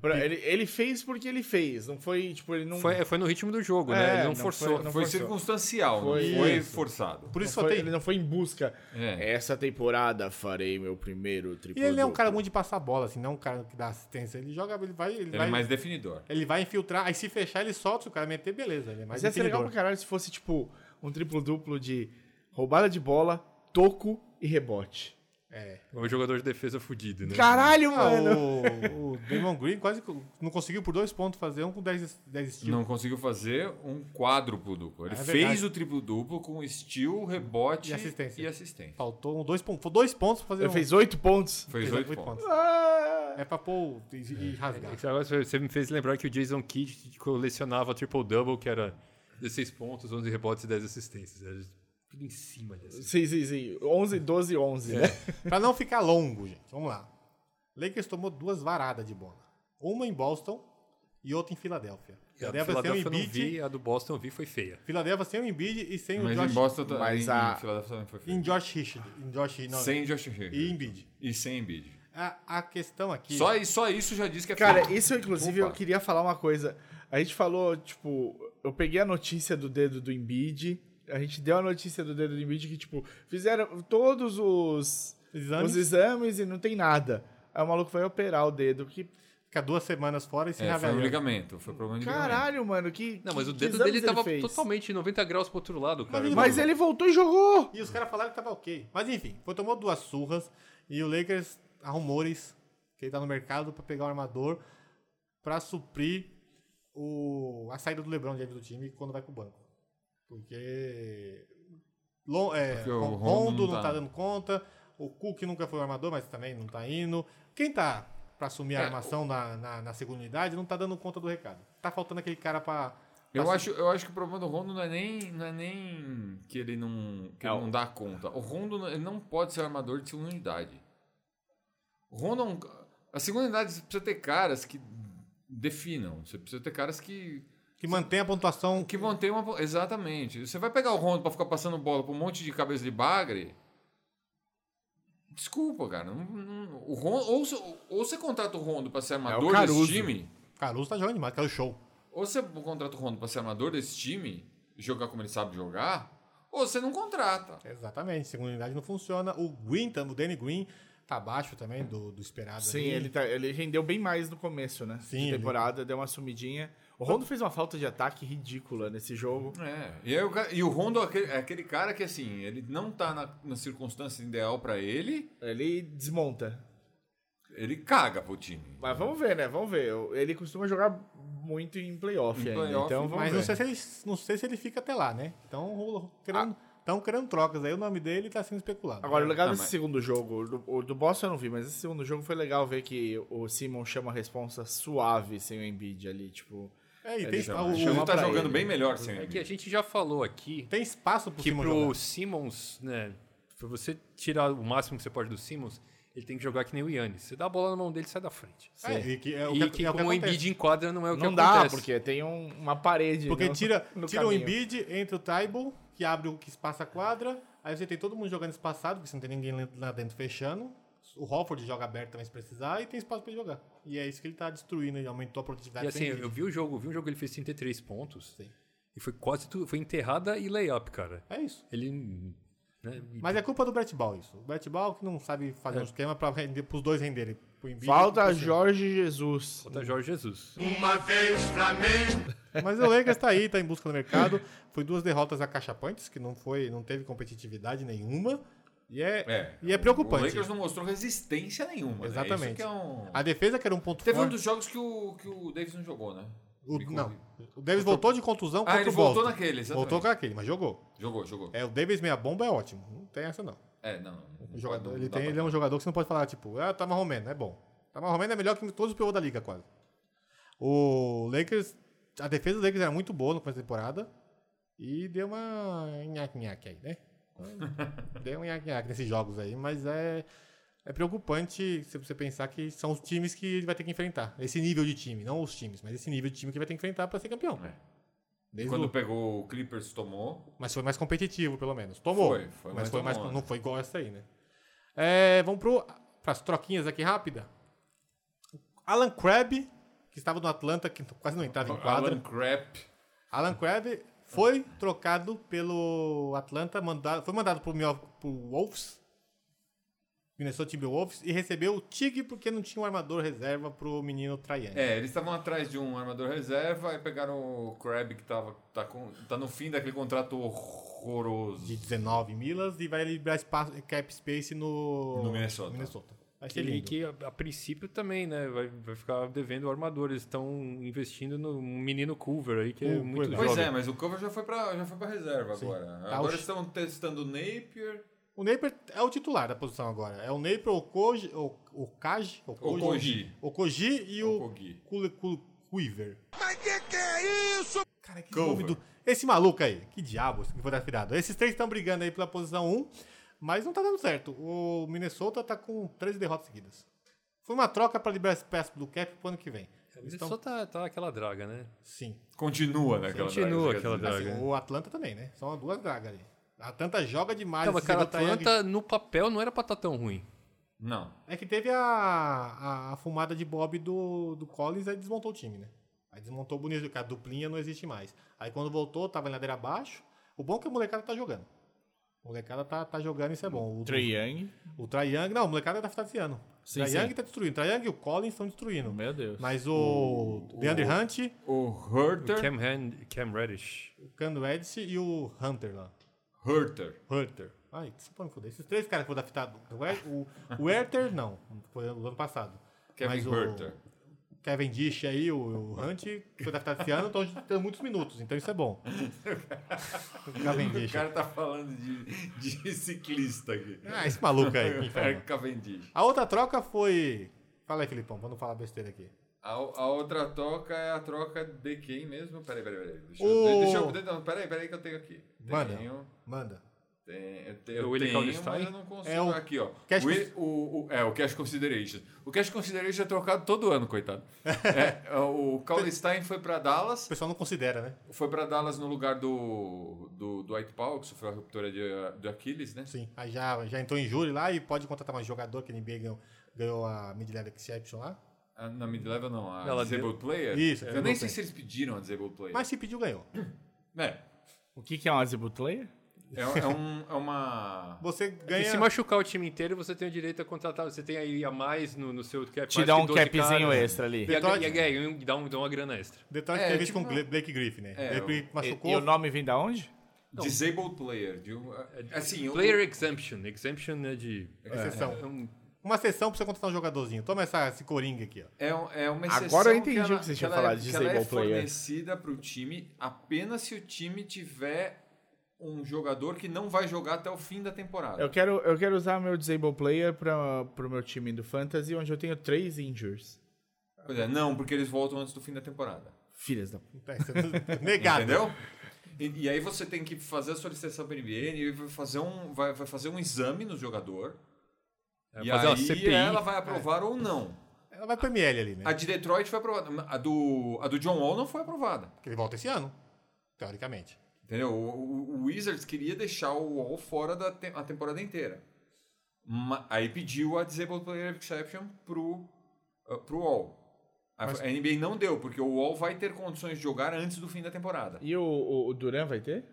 [SPEAKER 3] pra- ele, ele fez porque ele fez, não foi, tipo, ele não...
[SPEAKER 5] Foi, foi no ritmo do jogo,
[SPEAKER 3] É,
[SPEAKER 5] né? Ele não,
[SPEAKER 3] não
[SPEAKER 5] forçou.
[SPEAKER 3] Não
[SPEAKER 4] foi
[SPEAKER 3] forçou.
[SPEAKER 4] circunstancial,
[SPEAKER 3] Foi
[SPEAKER 4] não foi
[SPEAKER 3] isso.
[SPEAKER 4] forçado.
[SPEAKER 2] Por
[SPEAKER 3] não
[SPEAKER 2] isso só
[SPEAKER 3] foi-
[SPEAKER 2] tem.
[SPEAKER 3] Ele não foi em busca.
[SPEAKER 4] É.
[SPEAKER 3] Essa temporada farei meu primeiro
[SPEAKER 2] E
[SPEAKER 3] triple-double.
[SPEAKER 2] ele é um cara muito de passar bola, assim, não um cara que dá assistência. Ele joga, ele vai. Ele,
[SPEAKER 4] Ele
[SPEAKER 2] vai,
[SPEAKER 4] é mais definidor.
[SPEAKER 2] ele vai infiltrar, aí se fechar, ele solta, se o cara meter, beleza. Ele é mais
[SPEAKER 3] Mas ia ser legal
[SPEAKER 2] definidor.
[SPEAKER 3] pra caralho se fosse, tipo, um triplo-duplo de roubada de bola, toco e rebote.
[SPEAKER 2] É.
[SPEAKER 5] É um jogador de defesa fudido, né?
[SPEAKER 3] Caralho,
[SPEAKER 2] Ah,
[SPEAKER 3] mano!
[SPEAKER 2] o, o Damon Green quase co- não conseguiu por dois pontos fazer um com 10, 10 estilos.
[SPEAKER 4] Não conseguiu fazer um quádruplo duplo. Ele
[SPEAKER 2] É verdade.
[SPEAKER 4] fez o triplo duplo com estilo, rebote
[SPEAKER 2] E assistência.
[SPEAKER 4] e assistência.
[SPEAKER 2] Faltou um, dois, pon- foi dois pontos pra fazer
[SPEAKER 3] Ele
[SPEAKER 2] um.
[SPEAKER 3] fez oito pontos.
[SPEAKER 4] Fez
[SPEAKER 2] Fez
[SPEAKER 4] oito
[SPEAKER 2] oito
[SPEAKER 4] pontos.
[SPEAKER 3] Ah!
[SPEAKER 2] É pra pôr e, e rasgar.
[SPEAKER 5] Esse negócio, você me fez lembrar que o Jason Kidd colecionava triple-double, que era 16 pontos, 11 rebotes e 10 assistências. Era tudo em cima dessa.
[SPEAKER 3] Sim, sim, sim. 11, 12, 11,
[SPEAKER 2] É.
[SPEAKER 3] né?
[SPEAKER 2] Pra não ficar longo, gente, vamos lá. Lakers tomou duas varadas de bola. Uma em Boston e outra em Filadélfia.
[SPEAKER 5] A do
[SPEAKER 2] Filadélfia sem o
[SPEAKER 5] Philadelphia eu não
[SPEAKER 2] um Embiid.
[SPEAKER 5] vi, a do Boston eu vi foi feia.
[SPEAKER 2] Filadélfia sem o Embiid e sem
[SPEAKER 4] Mas
[SPEAKER 2] o
[SPEAKER 4] em
[SPEAKER 2] Josh.
[SPEAKER 4] Boston também.
[SPEAKER 3] Mas
[SPEAKER 4] em
[SPEAKER 3] a-
[SPEAKER 4] Philadelphia também foi
[SPEAKER 2] e
[SPEAKER 4] feio.
[SPEAKER 2] Em Josh Richard. Em Josh, não,
[SPEAKER 4] Sem Josh Hill.
[SPEAKER 2] E Embiid.
[SPEAKER 4] E sem Embiid.
[SPEAKER 2] A, a questão aqui.
[SPEAKER 4] Só, i- só isso já diz que é
[SPEAKER 3] Cara,
[SPEAKER 4] feio.
[SPEAKER 3] isso, inclusive, eu
[SPEAKER 4] Opa.
[SPEAKER 3] queria falar uma coisa. A gente falou, tipo, eu peguei a notícia do dedo do Embiid. A gente deu a notícia do dedo do Embiid que, tipo, fizeram todos os
[SPEAKER 2] Exames.
[SPEAKER 3] os exames e não tem nada. Aí o maluco vai operar o dedo, que
[SPEAKER 2] fica duas semanas fora e se
[SPEAKER 4] É, foi um
[SPEAKER 2] reavela.
[SPEAKER 4] ligamento, foi problema de ligamento.
[SPEAKER 3] Caralho, mano, que.
[SPEAKER 5] Não, mas o
[SPEAKER 3] que
[SPEAKER 5] dedo
[SPEAKER 3] exames
[SPEAKER 5] dele
[SPEAKER 3] ele
[SPEAKER 5] tava
[SPEAKER 3] fez?
[SPEAKER 5] totalmente 90 graus pro outro lado, cara.
[SPEAKER 3] Mas ele voltou e jogou!
[SPEAKER 2] E os caras falaram que tava ok. Mas enfim, foi tomou duas surras e o Lakers há rumores que ele tá no mercado pra pegar um armador pra suprir o, a saída do LeBron James do time quando vai pro banco. Porque, Lon- é,
[SPEAKER 4] Porque o
[SPEAKER 2] Rondo,
[SPEAKER 4] Rondo não
[SPEAKER 2] não tá.
[SPEAKER 4] tá.
[SPEAKER 2] dando conta, o Cook nunca foi o armador, mas também não tá indo. Quem tá pra assumir a armação na, na, na segunda unidade não tá dando conta do recado. Tá faltando aquele cara pra...
[SPEAKER 4] Eu
[SPEAKER 2] pra
[SPEAKER 4] acho, eu acho que o problema do Rondo não é nem, não é nem que ele não, que ele não dá conta. É O Rondo não- ele não pode ser armador de segunda unidade. O Rondo é um, a segunda unidade você precisa ter caras que definam. Você precisa ter caras que
[SPEAKER 2] Que mantém a pontuação
[SPEAKER 4] que mantém uma exatamente. Você vai pegar o Rondo pra ficar passando bola pra um monte de cabeça de bagre? Desculpa, cara. Não- não- o Rondo, ou, você- ou você contrata É o Rondo pra ser armador desse
[SPEAKER 3] Caruso.
[SPEAKER 4] time,
[SPEAKER 2] Caruso tá jogando demais, que é o show.
[SPEAKER 4] ou você contrata o Rondo pra ser armador desse time, jogar como ele sabe jogar, ou você não contrata.
[SPEAKER 2] Exatamente, segunda unidade não funciona. O Green, tam- o Danny Green, tá abaixo também do, do esperado.
[SPEAKER 3] Sim,
[SPEAKER 2] ali.
[SPEAKER 3] ele, tá- ele rendeu bem mais no começo, né?
[SPEAKER 2] Sim,
[SPEAKER 3] De
[SPEAKER 2] ele-
[SPEAKER 3] temporada, deu uma sumidinha. O Rondo fez uma falta de ataque ridícula nesse jogo.
[SPEAKER 4] É, e, aí o, cara- e o Rondo é aquele, é aquele cara que, assim, ele não tá na, na circunstância ideal pra ele,
[SPEAKER 3] Ele desmonta.
[SPEAKER 4] ele caga pro time.
[SPEAKER 3] Mas vamos ver, né? Vamos ver. Ele costuma jogar muito em playoff
[SPEAKER 4] Em
[SPEAKER 3] ainda.
[SPEAKER 4] playoff,
[SPEAKER 3] então vamos
[SPEAKER 2] Mas é.
[SPEAKER 3] ver.
[SPEAKER 2] não sei, se ele, não sei se ele fica até lá, né? Então rola- querendo, tão querendo trocas. Aí o nome dele tá sendo especulado.
[SPEAKER 3] Agora, o legal
[SPEAKER 4] Ah,
[SPEAKER 3] desse
[SPEAKER 4] mas-
[SPEAKER 3] segundo jogo, o do, o do Boston eu não vi, mas esse segundo jogo foi legal ver que o Simon chama a responsa suave sem o Embiid ali, tipo...
[SPEAKER 2] é, e
[SPEAKER 3] ele
[SPEAKER 2] tem,
[SPEAKER 3] chama-
[SPEAKER 2] o-
[SPEAKER 4] O
[SPEAKER 3] chama-
[SPEAKER 4] Rondo tá
[SPEAKER 3] pra
[SPEAKER 4] jogando
[SPEAKER 3] ele.
[SPEAKER 4] bem melhor sem
[SPEAKER 5] É
[SPEAKER 4] ele.
[SPEAKER 5] que a gente já falou aqui
[SPEAKER 2] tem espaço pro
[SPEAKER 5] que
[SPEAKER 2] Simon
[SPEAKER 5] pro
[SPEAKER 2] jogar.
[SPEAKER 5] Simmons, né? Pra você tirar o máximo que você pode do Simmons, ele tem que jogar que nem o Yannis. Você dá a bola na mão dele, sai da frente.
[SPEAKER 2] É, e que é o
[SPEAKER 5] e
[SPEAKER 2] que,
[SPEAKER 5] que
[SPEAKER 2] é o que
[SPEAKER 5] com o
[SPEAKER 2] acontece.
[SPEAKER 5] Embiid em quadra não é o que
[SPEAKER 3] não dá,
[SPEAKER 5] acontece.
[SPEAKER 3] porque tem um- uma parede
[SPEAKER 2] Porque
[SPEAKER 3] no-
[SPEAKER 2] tira,
[SPEAKER 3] <laughs> no
[SPEAKER 2] tira o
[SPEAKER 3] caminho.
[SPEAKER 2] Embiid, entra o Taibo, que abre o que espaça a quadra. Aí você tem todo mundo jogando espaçado, porque você não tem ninguém lá- lá dentro fechando. O Hofford joga aberto também se precisar e tem espaço pra ele jogar. E é isso que ele tá destruindo, ele aumentou a produtividade.
[SPEAKER 5] E
[SPEAKER 2] do
[SPEAKER 5] assim,
[SPEAKER 2] Embiid.
[SPEAKER 5] eu vi o jogo, eu vi um jogo que ele fez 33 pontos.
[SPEAKER 2] Sim.
[SPEAKER 5] E foi quase tudo, foi enterrada e layup, cara.
[SPEAKER 2] É isso.
[SPEAKER 5] Ele né, e-
[SPEAKER 2] Mas é culpa do Brett Ball isso. O Brett Ball que não sabe fazer um esquema pra render, pros dois renderem. Pro Embiid e assim.
[SPEAKER 3] Falta
[SPEAKER 2] pro Simmons.
[SPEAKER 3] Jorge Jesus.
[SPEAKER 5] Falta Jorge Jesus.
[SPEAKER 2] Mas o Lakers tá aí, tá em busca do mercado. Foi duas derrotas acachapantes, que não foi, não teve competitividade nenhuma. E é,
[SPEAKER 4] É.
[SPEAKER 2] e é preocupante.
[SPEAKER 4] O Lakers não mostrou resistência nenhuma. Né? Isso
[SPEAKER 2] Exatamente.
[SPEAKER 4] que é um...
[SPEAKER 2] A defesa que era um ponto
[SPEAKER 4] Teve um
[SPEAKER 2] forte.
[SPEAKER 4] dos jogos que o, que o Davis não jogou, né?
[SPEAKER 2] o,
[SPEAKER 4] Me
[SPEAKER 2] não.
[SPEAKER 4] corri-
[SPEAKER 2] O Davis voltou de contusão
[SPEAKER 4] Ah,
[SPEAKER 2] contra
[SPEAKER 4] ele
[SPEAKER 2] o
[SPEAKER 4] voltou
[SPEAKER 2] Boston.
[SPEAKER 4] naquele, exatamente.
[SPEAKER 2] Voltou com aquele, mas jogou.
[SPEAKER 4] Jogou, jogou. É,
[SPEAKER 2] É, o Davis meia bomba é ótimo. Não tem essa não.
[SPEAKER 4] não. não
[SPEAKER 2] O jogador,
[SPEAKER 4] pode-
[SPEAKER 2] ele,
[SPEAKER 4] não dá
[SPEAKER 2] tem,
[SPEAKER 4] pra-
[SPEAKER 2] ele é um jogador que você não pode falar, tipo, ah, tá marromeno, é bom. Tá marromeno é melhor que todos os pivôs da liga, quase. O Lakers, a defesa do Lakers era muito boa no começo da temporada e deu uma nhaque-nhaque aí,
[SPEAKER 4] <laughs>
[SPEAKER 2] né? deu um nhaque-nhaque nesses jogos aí, mas é, é preocupante se você pensar que são os times que ele vai ter que enfrentar. Esse nível de time, não os times, mas esse nível de time que ele vai ter que enfrentar pra ser campeão.
[SPEAKER 4] É.
[SPEAKER 2] Desde
[SPEAKER 4] Quando
[SPEAKER 2] o-
[SPEAKER 4] pegou o Clippers, tomou.
[SPEAKER 2] mas foi mais competitivo, pelo menos. Tomou.
[SPEAKER 4] Foi, foi,
[SPEAKER 2] mas
[SPEAKER 4] mas
[SPEAKER 2] foi mais,
[SPEAKER 4] tomou, né?
[SPEAKER 2] não foi igual essa aí, né? É, vamos para as troquinhas aqui rápida. Alan Crabb, que estava no Atlanta, que quase não entrava em quadra.
[SPEAKER 4] Alan um Crap.
[SPEAKER 2] Alan Crabb foi trocado pelo Atlanta, mandado, foi mandado pro, Mil- pro Wolves, Minnesota Timberwolves, e recebeu o Tig porque não tinha um armador reserva pro menino Traiane.
[SPEAKER 4] É, eles estavam atrás de um armador reserva e pegaram o Crab que tava, tá, com, tá no fim daquele contrato horroroso.
[SPEAKER 2] De 19 milas e vai liberar espaço, cap space no,
[SPEAKER 4] No Minnesota.
[SPEAKER 2] Vai ser
[SPEAKER 5] Que,
[SPEAKER 2] lindo.
[SPEAKER 5] que a, a princípio também, né? Vai, vai ficar devendo o armador. Eles estão investindo no menino Culver aí, que é
[SPEAKER 2] Culver.
[SPEAKER 5] muito
[SPEAKER 2] Pois
[SPEAKER 4] Pois
[SPEAKER 5] jovem.
[SPEAKER 4] é, mas o cover já foi pra, já foi pra reserva
[SPEAKER 2] Sim.
[SPEAKER 4] agora.
[SPEAKER 2] Tá,
[SPEAKER 4] agora
[SPEAKER 2] o-
[SPEAKER 4] estão testando o Napier.
[SPEAKER 2] O Napier é o titular da posição agora. É o Napier, o Koji, o, o Kaji, o Koji,
[SPEAKER 4] Koji.
[SPEAKER 2] o Koji e
[SPEAKER 4] O
[SPEAKER 2] o
[SPEAKER 4] Kogi.
[SPEAKER 2] Kule- Kule- Quiver.
[SPEAKER 7] Mas que que é isso?
[SPEAKER 2] Cara, que
[SPEAKER 4] Culver.
[SPEAKER 2] nome do... Esse maluco aí, que diabo esse fotografado. Esses três estão brigando aí pela posição 1, mas não tá dando certo. O Minnesota tá com 13 derrotas seguidas. Foi uma troca pra liberar espaço do cap pro ano que vem. Eles
[SPEAKER 5] Ele
[SPEAKER 2] tão-
[SPEAKER 5] só tá, tá aquela draga, né?
[SPEAKER 2] Sim.
[SPEAKER 4] Continua, né? aquela
[SPEAKER 5] Continua
[SPEAKER 4] draga,
[SPEAKER 5] aquela
[SPEAKER 4] quer dizer.
[SPEAKER 5] draga.
[SPEAKER 2] Assim, o Atlanta também, né? São duas dragas ali. A Atlanta joga demais.
[SPEAKER 5] Não, mas
[SPEAKER 2] esse é
[SPEAKER 5] cara,
[SPEAKER 2] Zico Tayang-
[SPEAKER 5] Atlanta no papel não era pra estar tão ruim.
[SPEAKER 4] Não.
[SPEAKER 2] É que teve a, a, a fumada de Bob do, do Collins, aí desmontou o time, né? Aí desmontou bonito, porque a duplinha não existe mais. Aí quando voltou, tava em ladeira abaixo. O bom é que a molecada tá jogando. O molecada tá, tá jogando, isso é bom. O,
[SPEAKER 3] Trae Young.
[SPEAKER 2] o Trae Young- não, o molecada tá fantasiando.
[SPEAKER 3] Sim,
[SPEAKER 2] Trae
[SPEAKER 3] sim.
[SPEAKER 2] Young tá destruindo. Trae Young e o Collins estão destruindo.
[SPEAKER 3] Meu Deus.
[SPEAKER 2] Mas o, DeAndre Hunt,
[SPEAKER 4] O
[SPEAKER 5] O
[SPEAKER 4] Hurter.
[SPEAKER 5] Cam, Hand- Cam Reddish.
[SPEAKER 2] o Cam Reddish e o Hunter lá.
[SPEAKER 4] Hurter.
[SPEAKER 2] Herter. Ai, que se pode me fuder. Esses três caras foram draftados. O, Her- o, o Herter, não. Foi no ano passado.
[SPEAKER 4] Kevin
[SPEAKER 2] Mas o-
[SPEAKER 4] Hurter.
[SPEAKER 2] Kevin Dish aí, o, o Hunt, que foi draftado esse ano, estão tendo muitos minutos, então isso é bom. O Kevin
[SPEAKER 4] O
[SPEAKER 2] Dish.
[SPEAKER 4] cara tá falando de, de ciclista aqui.
[SPEAKER 2] Ah, esse maluco aí. que
[SPEAKER 4] É
[SPEAKER 2] inferno.
[SPEAKER 4] Cavendish.
[SPEAKER 2] A outra troca foi... Fala aí, Filipão, pra não falar besteira aqui.
[SPEAKER 4] A, a outra troca é a troca de quem mesmo? Peraí, peraí, peraí. Deixa,
[SPEAKER 2] O-
[SPEAKER 4] eu, deixa eu. Não, peraí, peraí que eu tenho aqui.
[SPEAKER 2] Manda.
[SPEAKER 4] Tenho.
[SPEAKER 2] Manda.
[SPEAKER 4] Tem, eu tenho,
[SPEAKER 5] O tá
[SPEAKER 4] eu
[SPEAKER 5] Willie
[SPEAKER 4] tenho,
[SPEAKER 5] Cauley-Stein?
[SPEAKER 4] mas eu não consigo.
[SPEAKER 2] É o
[SPEAKER 4] aqui, ó.
[SPEAKER 2] Cash
[SPEAKER 4] o, Will- o- o- é, o Cash Consideration. O Cash Consideration é trocado todo ano, coitado. É, o Kaulstein foi pra
[SPEAKER 2] O
[SPEAKER 4] Dallas.
[SPEAKER 2] pessoal não considera, né?
[SPEAKER 4] Foi pra Dallas no lugar do, do, do White Powell, que sofreu a ruptura de, do Aquiles, né?
[SPEAKER 2] Sim. Aí já, já entrou em júri lá e pode contratar mais jogador, que a NBA ganhou, ganhou a Mid-Level Exception lá.
[SPEAKER 4] Ah, Na mid-level, não. A
[SPEAKER 5] Ela
[SPEAKER 4] Disabled Player.
[SPEAKER 2] Isso,
[SPEAKER 4] Eu
[SPEAKER 2] Disabled
[SPEAKER 4] nem sei
[SPEAKER 2] Player.
[SPEAKER 4] se eles pediram a Disabled Player.
[SPEAKER 2] Mas se pediu, ganhou.
[SPEAKER 4] É,
[SPEAKER 3] O que, que é um Azebut Player?
[SPEAKER 4] é, é, um, é uma...
[SPEAKER 2] Você
[SPEAKER 5] E
[SPEAKER 2] ganha...
[SPEAKER 5] se machucar o time inteiro, você tem o direito a contratar. Você tem aí a mais no, no seu cap.
[SPEAKER 3] Te
[SPEAKER 5] mais
[SPEAKER 3] dá
[SPEAKER 5] que
[SPEAKER 3] um
[SPEAKER 5] 12
[SPEAKER 3] capzinho
[SPEAKER 5] caras.
[SPEAKER 3] extra ali.
[SPEAKER 5] E, a,
[SPEAKER 2] Detroit-
[SPEAKER 5] e, a- e um- dá, um, dá uma grana extra.
[SPEAKER 2] Detroit
[SPEAKER 4] É,
[SPEAKER 2] teve isso
[SPEAKER 4] tipo
[SPEAKER 2] com
[SPEAKER 4] uma-
[SPEAKER 2] o Gle- Blake Griffin, né?
[SPEAKER 4] É,
[SPEAKER 2] Ele
[SPEAKER 3] E,
[SPEAKER 2] machucou...
[SPEAKER 3] e o nome vem da onde?
[SPEAKER 4] Disabled Player. De um, assim, eu-
[SPEAKER 5] É, Player exemption. Exemption é de.
[SPEAKER 2] Exceção.
[SPEAKER 5] é um-
[SPEAKER 2] Uma sessão pra você contratar um jogadorzinho. Toma essa, esse coringa aqui, ó.
[SPEAKER 4] É, um- é uma
[SPEAKER 3] Agora
[SPEAKER 4] exceção
[SPEAKER 3] eu entendi
[SPEAKER 4] ela-
[SPEAKER 3] o que você tinha
[SPEAKER 4] ela
[SPEAKER 3] falado de
[SPEAKER 4] que ela
[SPEAKER 3] disabled player.
[SPEAKER 4] é fornecida para o time apenas se o time tiver um jogador que não vai jogar até o fim da temporada.
[SPEAKER 3] Eu quero, eu quero usar meu Disable Player pra, pro meu time do Fantasy, onde eu tenho três injures.
[SPEAKER 4] Pois é, não, porque eles voltam antes do fim da temporada.
[SPEAKER 3] Filhas da puta.
[SPEAKER 2] É, você- Negado.
[SPEAKER 4] Entendeu? E, e aí você tem que fazer a solicitação para NBA e vai fazer um, vai, vai fazer um exame no jogador.
[SPEAKER 5] é
[SPEAKER 4] e aí
[SPEAKER 5] fazer uma CPI.
[SPEAKER 4] ela vai aprovar
[SPEAKER 5] É.
[SPEAKER 4] ou não.
[SPEAKER 2] Ela vai pro ML ali, né?
[SPEAKER 4] A de Detroit foi aprovada. A do, a do John Wall não foi aprovada.
[SPEAKER 2] Porque ele volta esse ano, teoricamente.
[SPEAKER 4] Entendeu? O, o- o Wizards queria deixar o Wall fora da te- a temporada inteira. Ma- aí pediu a Disabled Player Exception pro, ah, pro Wall. A, a NBA não deu, porque o Wall vai ter condições de jogar antes do fim da temporada.
[SPEAKER 3] E o, o, o Duran vai ter?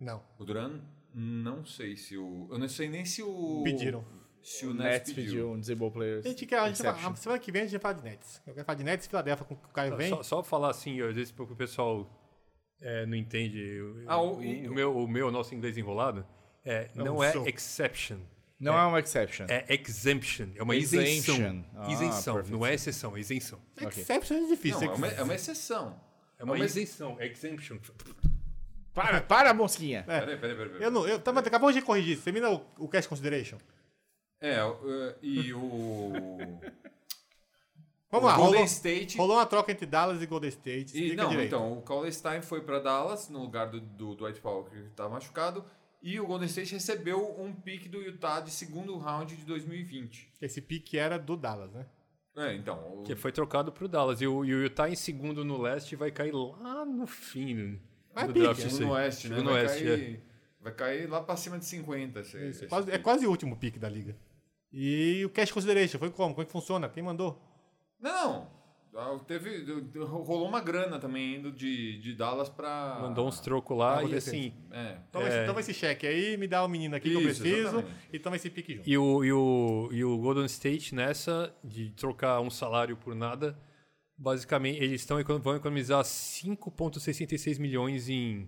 [SPEAKER 2] Não.
[SPEAKER 4] O Duran, não sei se o. Eu não sei nem se o.
[SPEAKER 2] Pediram.
[SPEAKER 4] Se o Nets
[SPEAKER 3] Nets
[SPEAKER 4] pediu.
[SPEAKER 3] pediu um Disable Player.
[SPEAKER 2] A gente quer. A gente
[SPEAKER 4] é
[SPEAKER 2] vai,
[SPEAKER 3] exception.
[SPEAKER 2] a semana que vem a gente vai falar de Nets. Eu quero falar de Nets e Filadélfia com o
[SPEAKER 3] Tá
[SPEAKER 2] Caio vem.
[SPEAKER 5] Só, só falar assim, às vezes porque o pessoal é, não entende eu- eu-
[SPEAKER 4] Ah,
[SPEAKER 5] o,
[SPEAKER 4] o- e-
[SPEAKER 5] o meu, o meu, nosso inglês enrolado, é,
[SPEAKER 3] um
[SPEAKER 5] não,
[SPEAKER 2] o
[SPEAKER 5] é
[SPEAKER 2] seu.
[SPEAKER 5] exception,
[SPEAKER 3] Não é, uma exception.
[SPEAKER 5] é exemption, é uma
[SPEAKER 3] Exemption.
[SPEAKER 5] isenção.
[SPEAKER 3] Ah,
[SPEAKER 5] isenção,
[SPEAKER 3] perfeito.
[SPEAKER 5] não é exceção, é isenção.
[SPEAKER 2] Exception é difícil.
[SPEAKER 4] Não, é uma, é uma exceção.
[SPEAKER 5] É uma
[SPEAKER 4] Mas-
[SPEAKER 5] isenção, é exemption.
[SPEAKER 3] Para, para, mosquinha!
[SPEAKER 4] Peraí, peraí, peraí. peraí.
[SPEAKER 2] É. Eu não. Eu, tá, mas acabou de corrigir. Termina o, o Cash Consideration.
[SPEAKER 4] É, eh, e o.
[SPEAKER 2] <laughs> Vamos lá.
[SPEAKER 4] Golden
[SPEAKER 2] Rolou,
[SPEAKER 4] State-
[SPEAKER 2] rolou uma troca entre Dallas e Golden State.
[SPEAKER 4] E,
[SPEAKER 2] Explica
[SPEAKER 4] não,
[SPEAKER 2] direito.
[SPEAKER 4] então, o Kaulstein foi para Dallas, no lugar do, do Dwight Powell, que estava machucado, e o Golden State recebeu um pique do Utah de segundo round de 2020.
[SPEAKER 2] Esse pique era do Dallas, né?
[SPEAKER 4] É, então, o-
[SPEAKER 5] Que foi trocado pro Dallas. E o, e o Utah em segundo no leste vai cair lá no fim do,
[SPEAKER 2] Mas
[SPEAKER 5] do
[SPEAKER 2] pique,
[SPEAKER 5] draft.
[SPEAKER 4] segundo
[SPEAKER 5] isso aí.
[SPEAKER 4] no Oeste, né?
[SPEAKER 5] Segundo
[SPEAKER 4] vai,
[SPEAKER 5] Oeste, é.
[SPEAKER 4] cair, vai cair lá para cima de 50. Esse,
[SPEAKER 2] Isso, é
[SPEAKER 4] esse
[SPEAKER 2] quase, é
[SPEAKER 4] pique.
[SPEAKER 2] quase o último pique da liga. E o Cash Consideration foi como? Como é que funciona? Quem mandou?
[SPEAKER 4] Não, ah, teve, rolou uma grana também indo de, de Dallas para...
[SPEAKER 5] Mandou uns trocos lá
[SPEAKER 2] Ah,
[SPEAKER 5] e
[SPEAKER 2] Golden
[SPEAKER 5] assim...
[SPEAKER 4] É,
[SPEAKER 2] Toma, esse, toma esse cheque aí, me dá o menino aqui
[SPEAKER 4] Isso,
[SPEAKER 2] que eu preciso
[SPEAKER 4] exatamente.
[SPEAKER 2] e toma esse pique junto.
[SPEAKER 5] E o, e, o, e o Golden State nessa de trocar um salário por nada, basicamente eles estão econo- vão economizar 5,66 milhões em,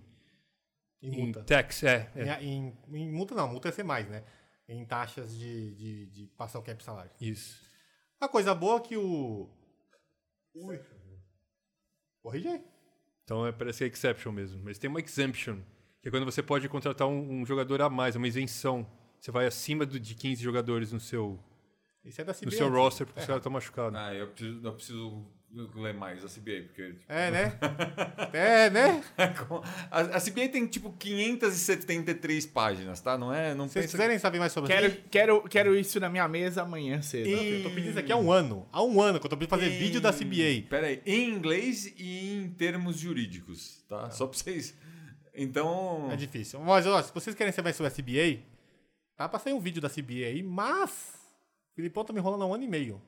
[SPEAKER 2] E
[SPEAKER 5] em
[SPEAKER 2] multa.
[SPEAKER 5] tax. É, é,
[SPEAKER 2] Em, em- em multa não, multa ia ser mais, né? Em taxas de, de, de passar o cap salário.
[SPEAKER 5] isso.
[SPEAKER 2] A coisa boa é que o. Ui. Corrige aí.
[SPEAKER 5] Então é, parece que é exception mesmo. Mas tem uma exemption, que é quando você pode contratar um, um jogador a mais, é uma isenção. Você vai acima do- de 15 jogadores no seu,
[SPEAKER 2] Isso é da
[SPEAKER 5] no
[SPEAKER 2] CBA.
[SPEAKER 5] seu roster porque os caras estão machucados.
[SPEAKER 4] Ah, eu preciso, eu preciso ler mais a CBA, porque... <laughs> tipo,
[SPEAKER 2] É, né? <laughs> É, né?
[SPEAKER 4] a, a CBA tem tipo 573 páginas, tá? Não é... Não
[SPEAKER 2] Se vocês
[SPEAKER 4] pensa-
[SPEAKER 2] quiserem saber mais sobre
[SPEAKER 3] Quero, quero, quero isso na minha mesa amanhã cedo.
[SPEAKER 2] Eu tô pedindo isso aqui há um ano. Há um ano que eu tô pedindo fazer vídeo da CBA.
[SPEAKER 4] Pera aí, em inglês e em termos jurídicos, tá? Só pra vocês. Então.
[SPEAKER 2] É difícil. Mas, ó, se vocês querem saber mais sobre a CBA, tá pra sair um vídeo da CBA aí, mas. O Filipão tá me enrolando há um ano e meio.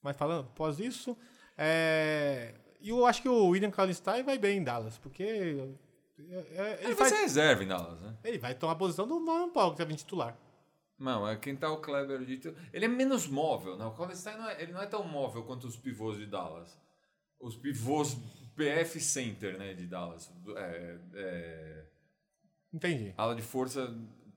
[SPEAKER 2] Mas falando, após isso. É... E eu acho que o William Kallenstein vai bem em Dallas, porque é- Ele,
[SPEAKER 4] Ele vai
[SPEAKER 2] faz-
[SPEAKER 4] ser reserva em Dallas, né?
[SPEAKER 2] ele vai tomar a posição do Norman Paul, que já vem titular.
[SPEAKER 4] Não, é quem tá o Kleber de tu- Ele é menos móvel, né? O Kallenstein não é, ele não é tão móvel quanto os pivôs de Dallas. Os pivôs PF Center, né, de Dallas. É, é,
[SPEAKER 2] Entendi.
[SPEAKER 4] ala de força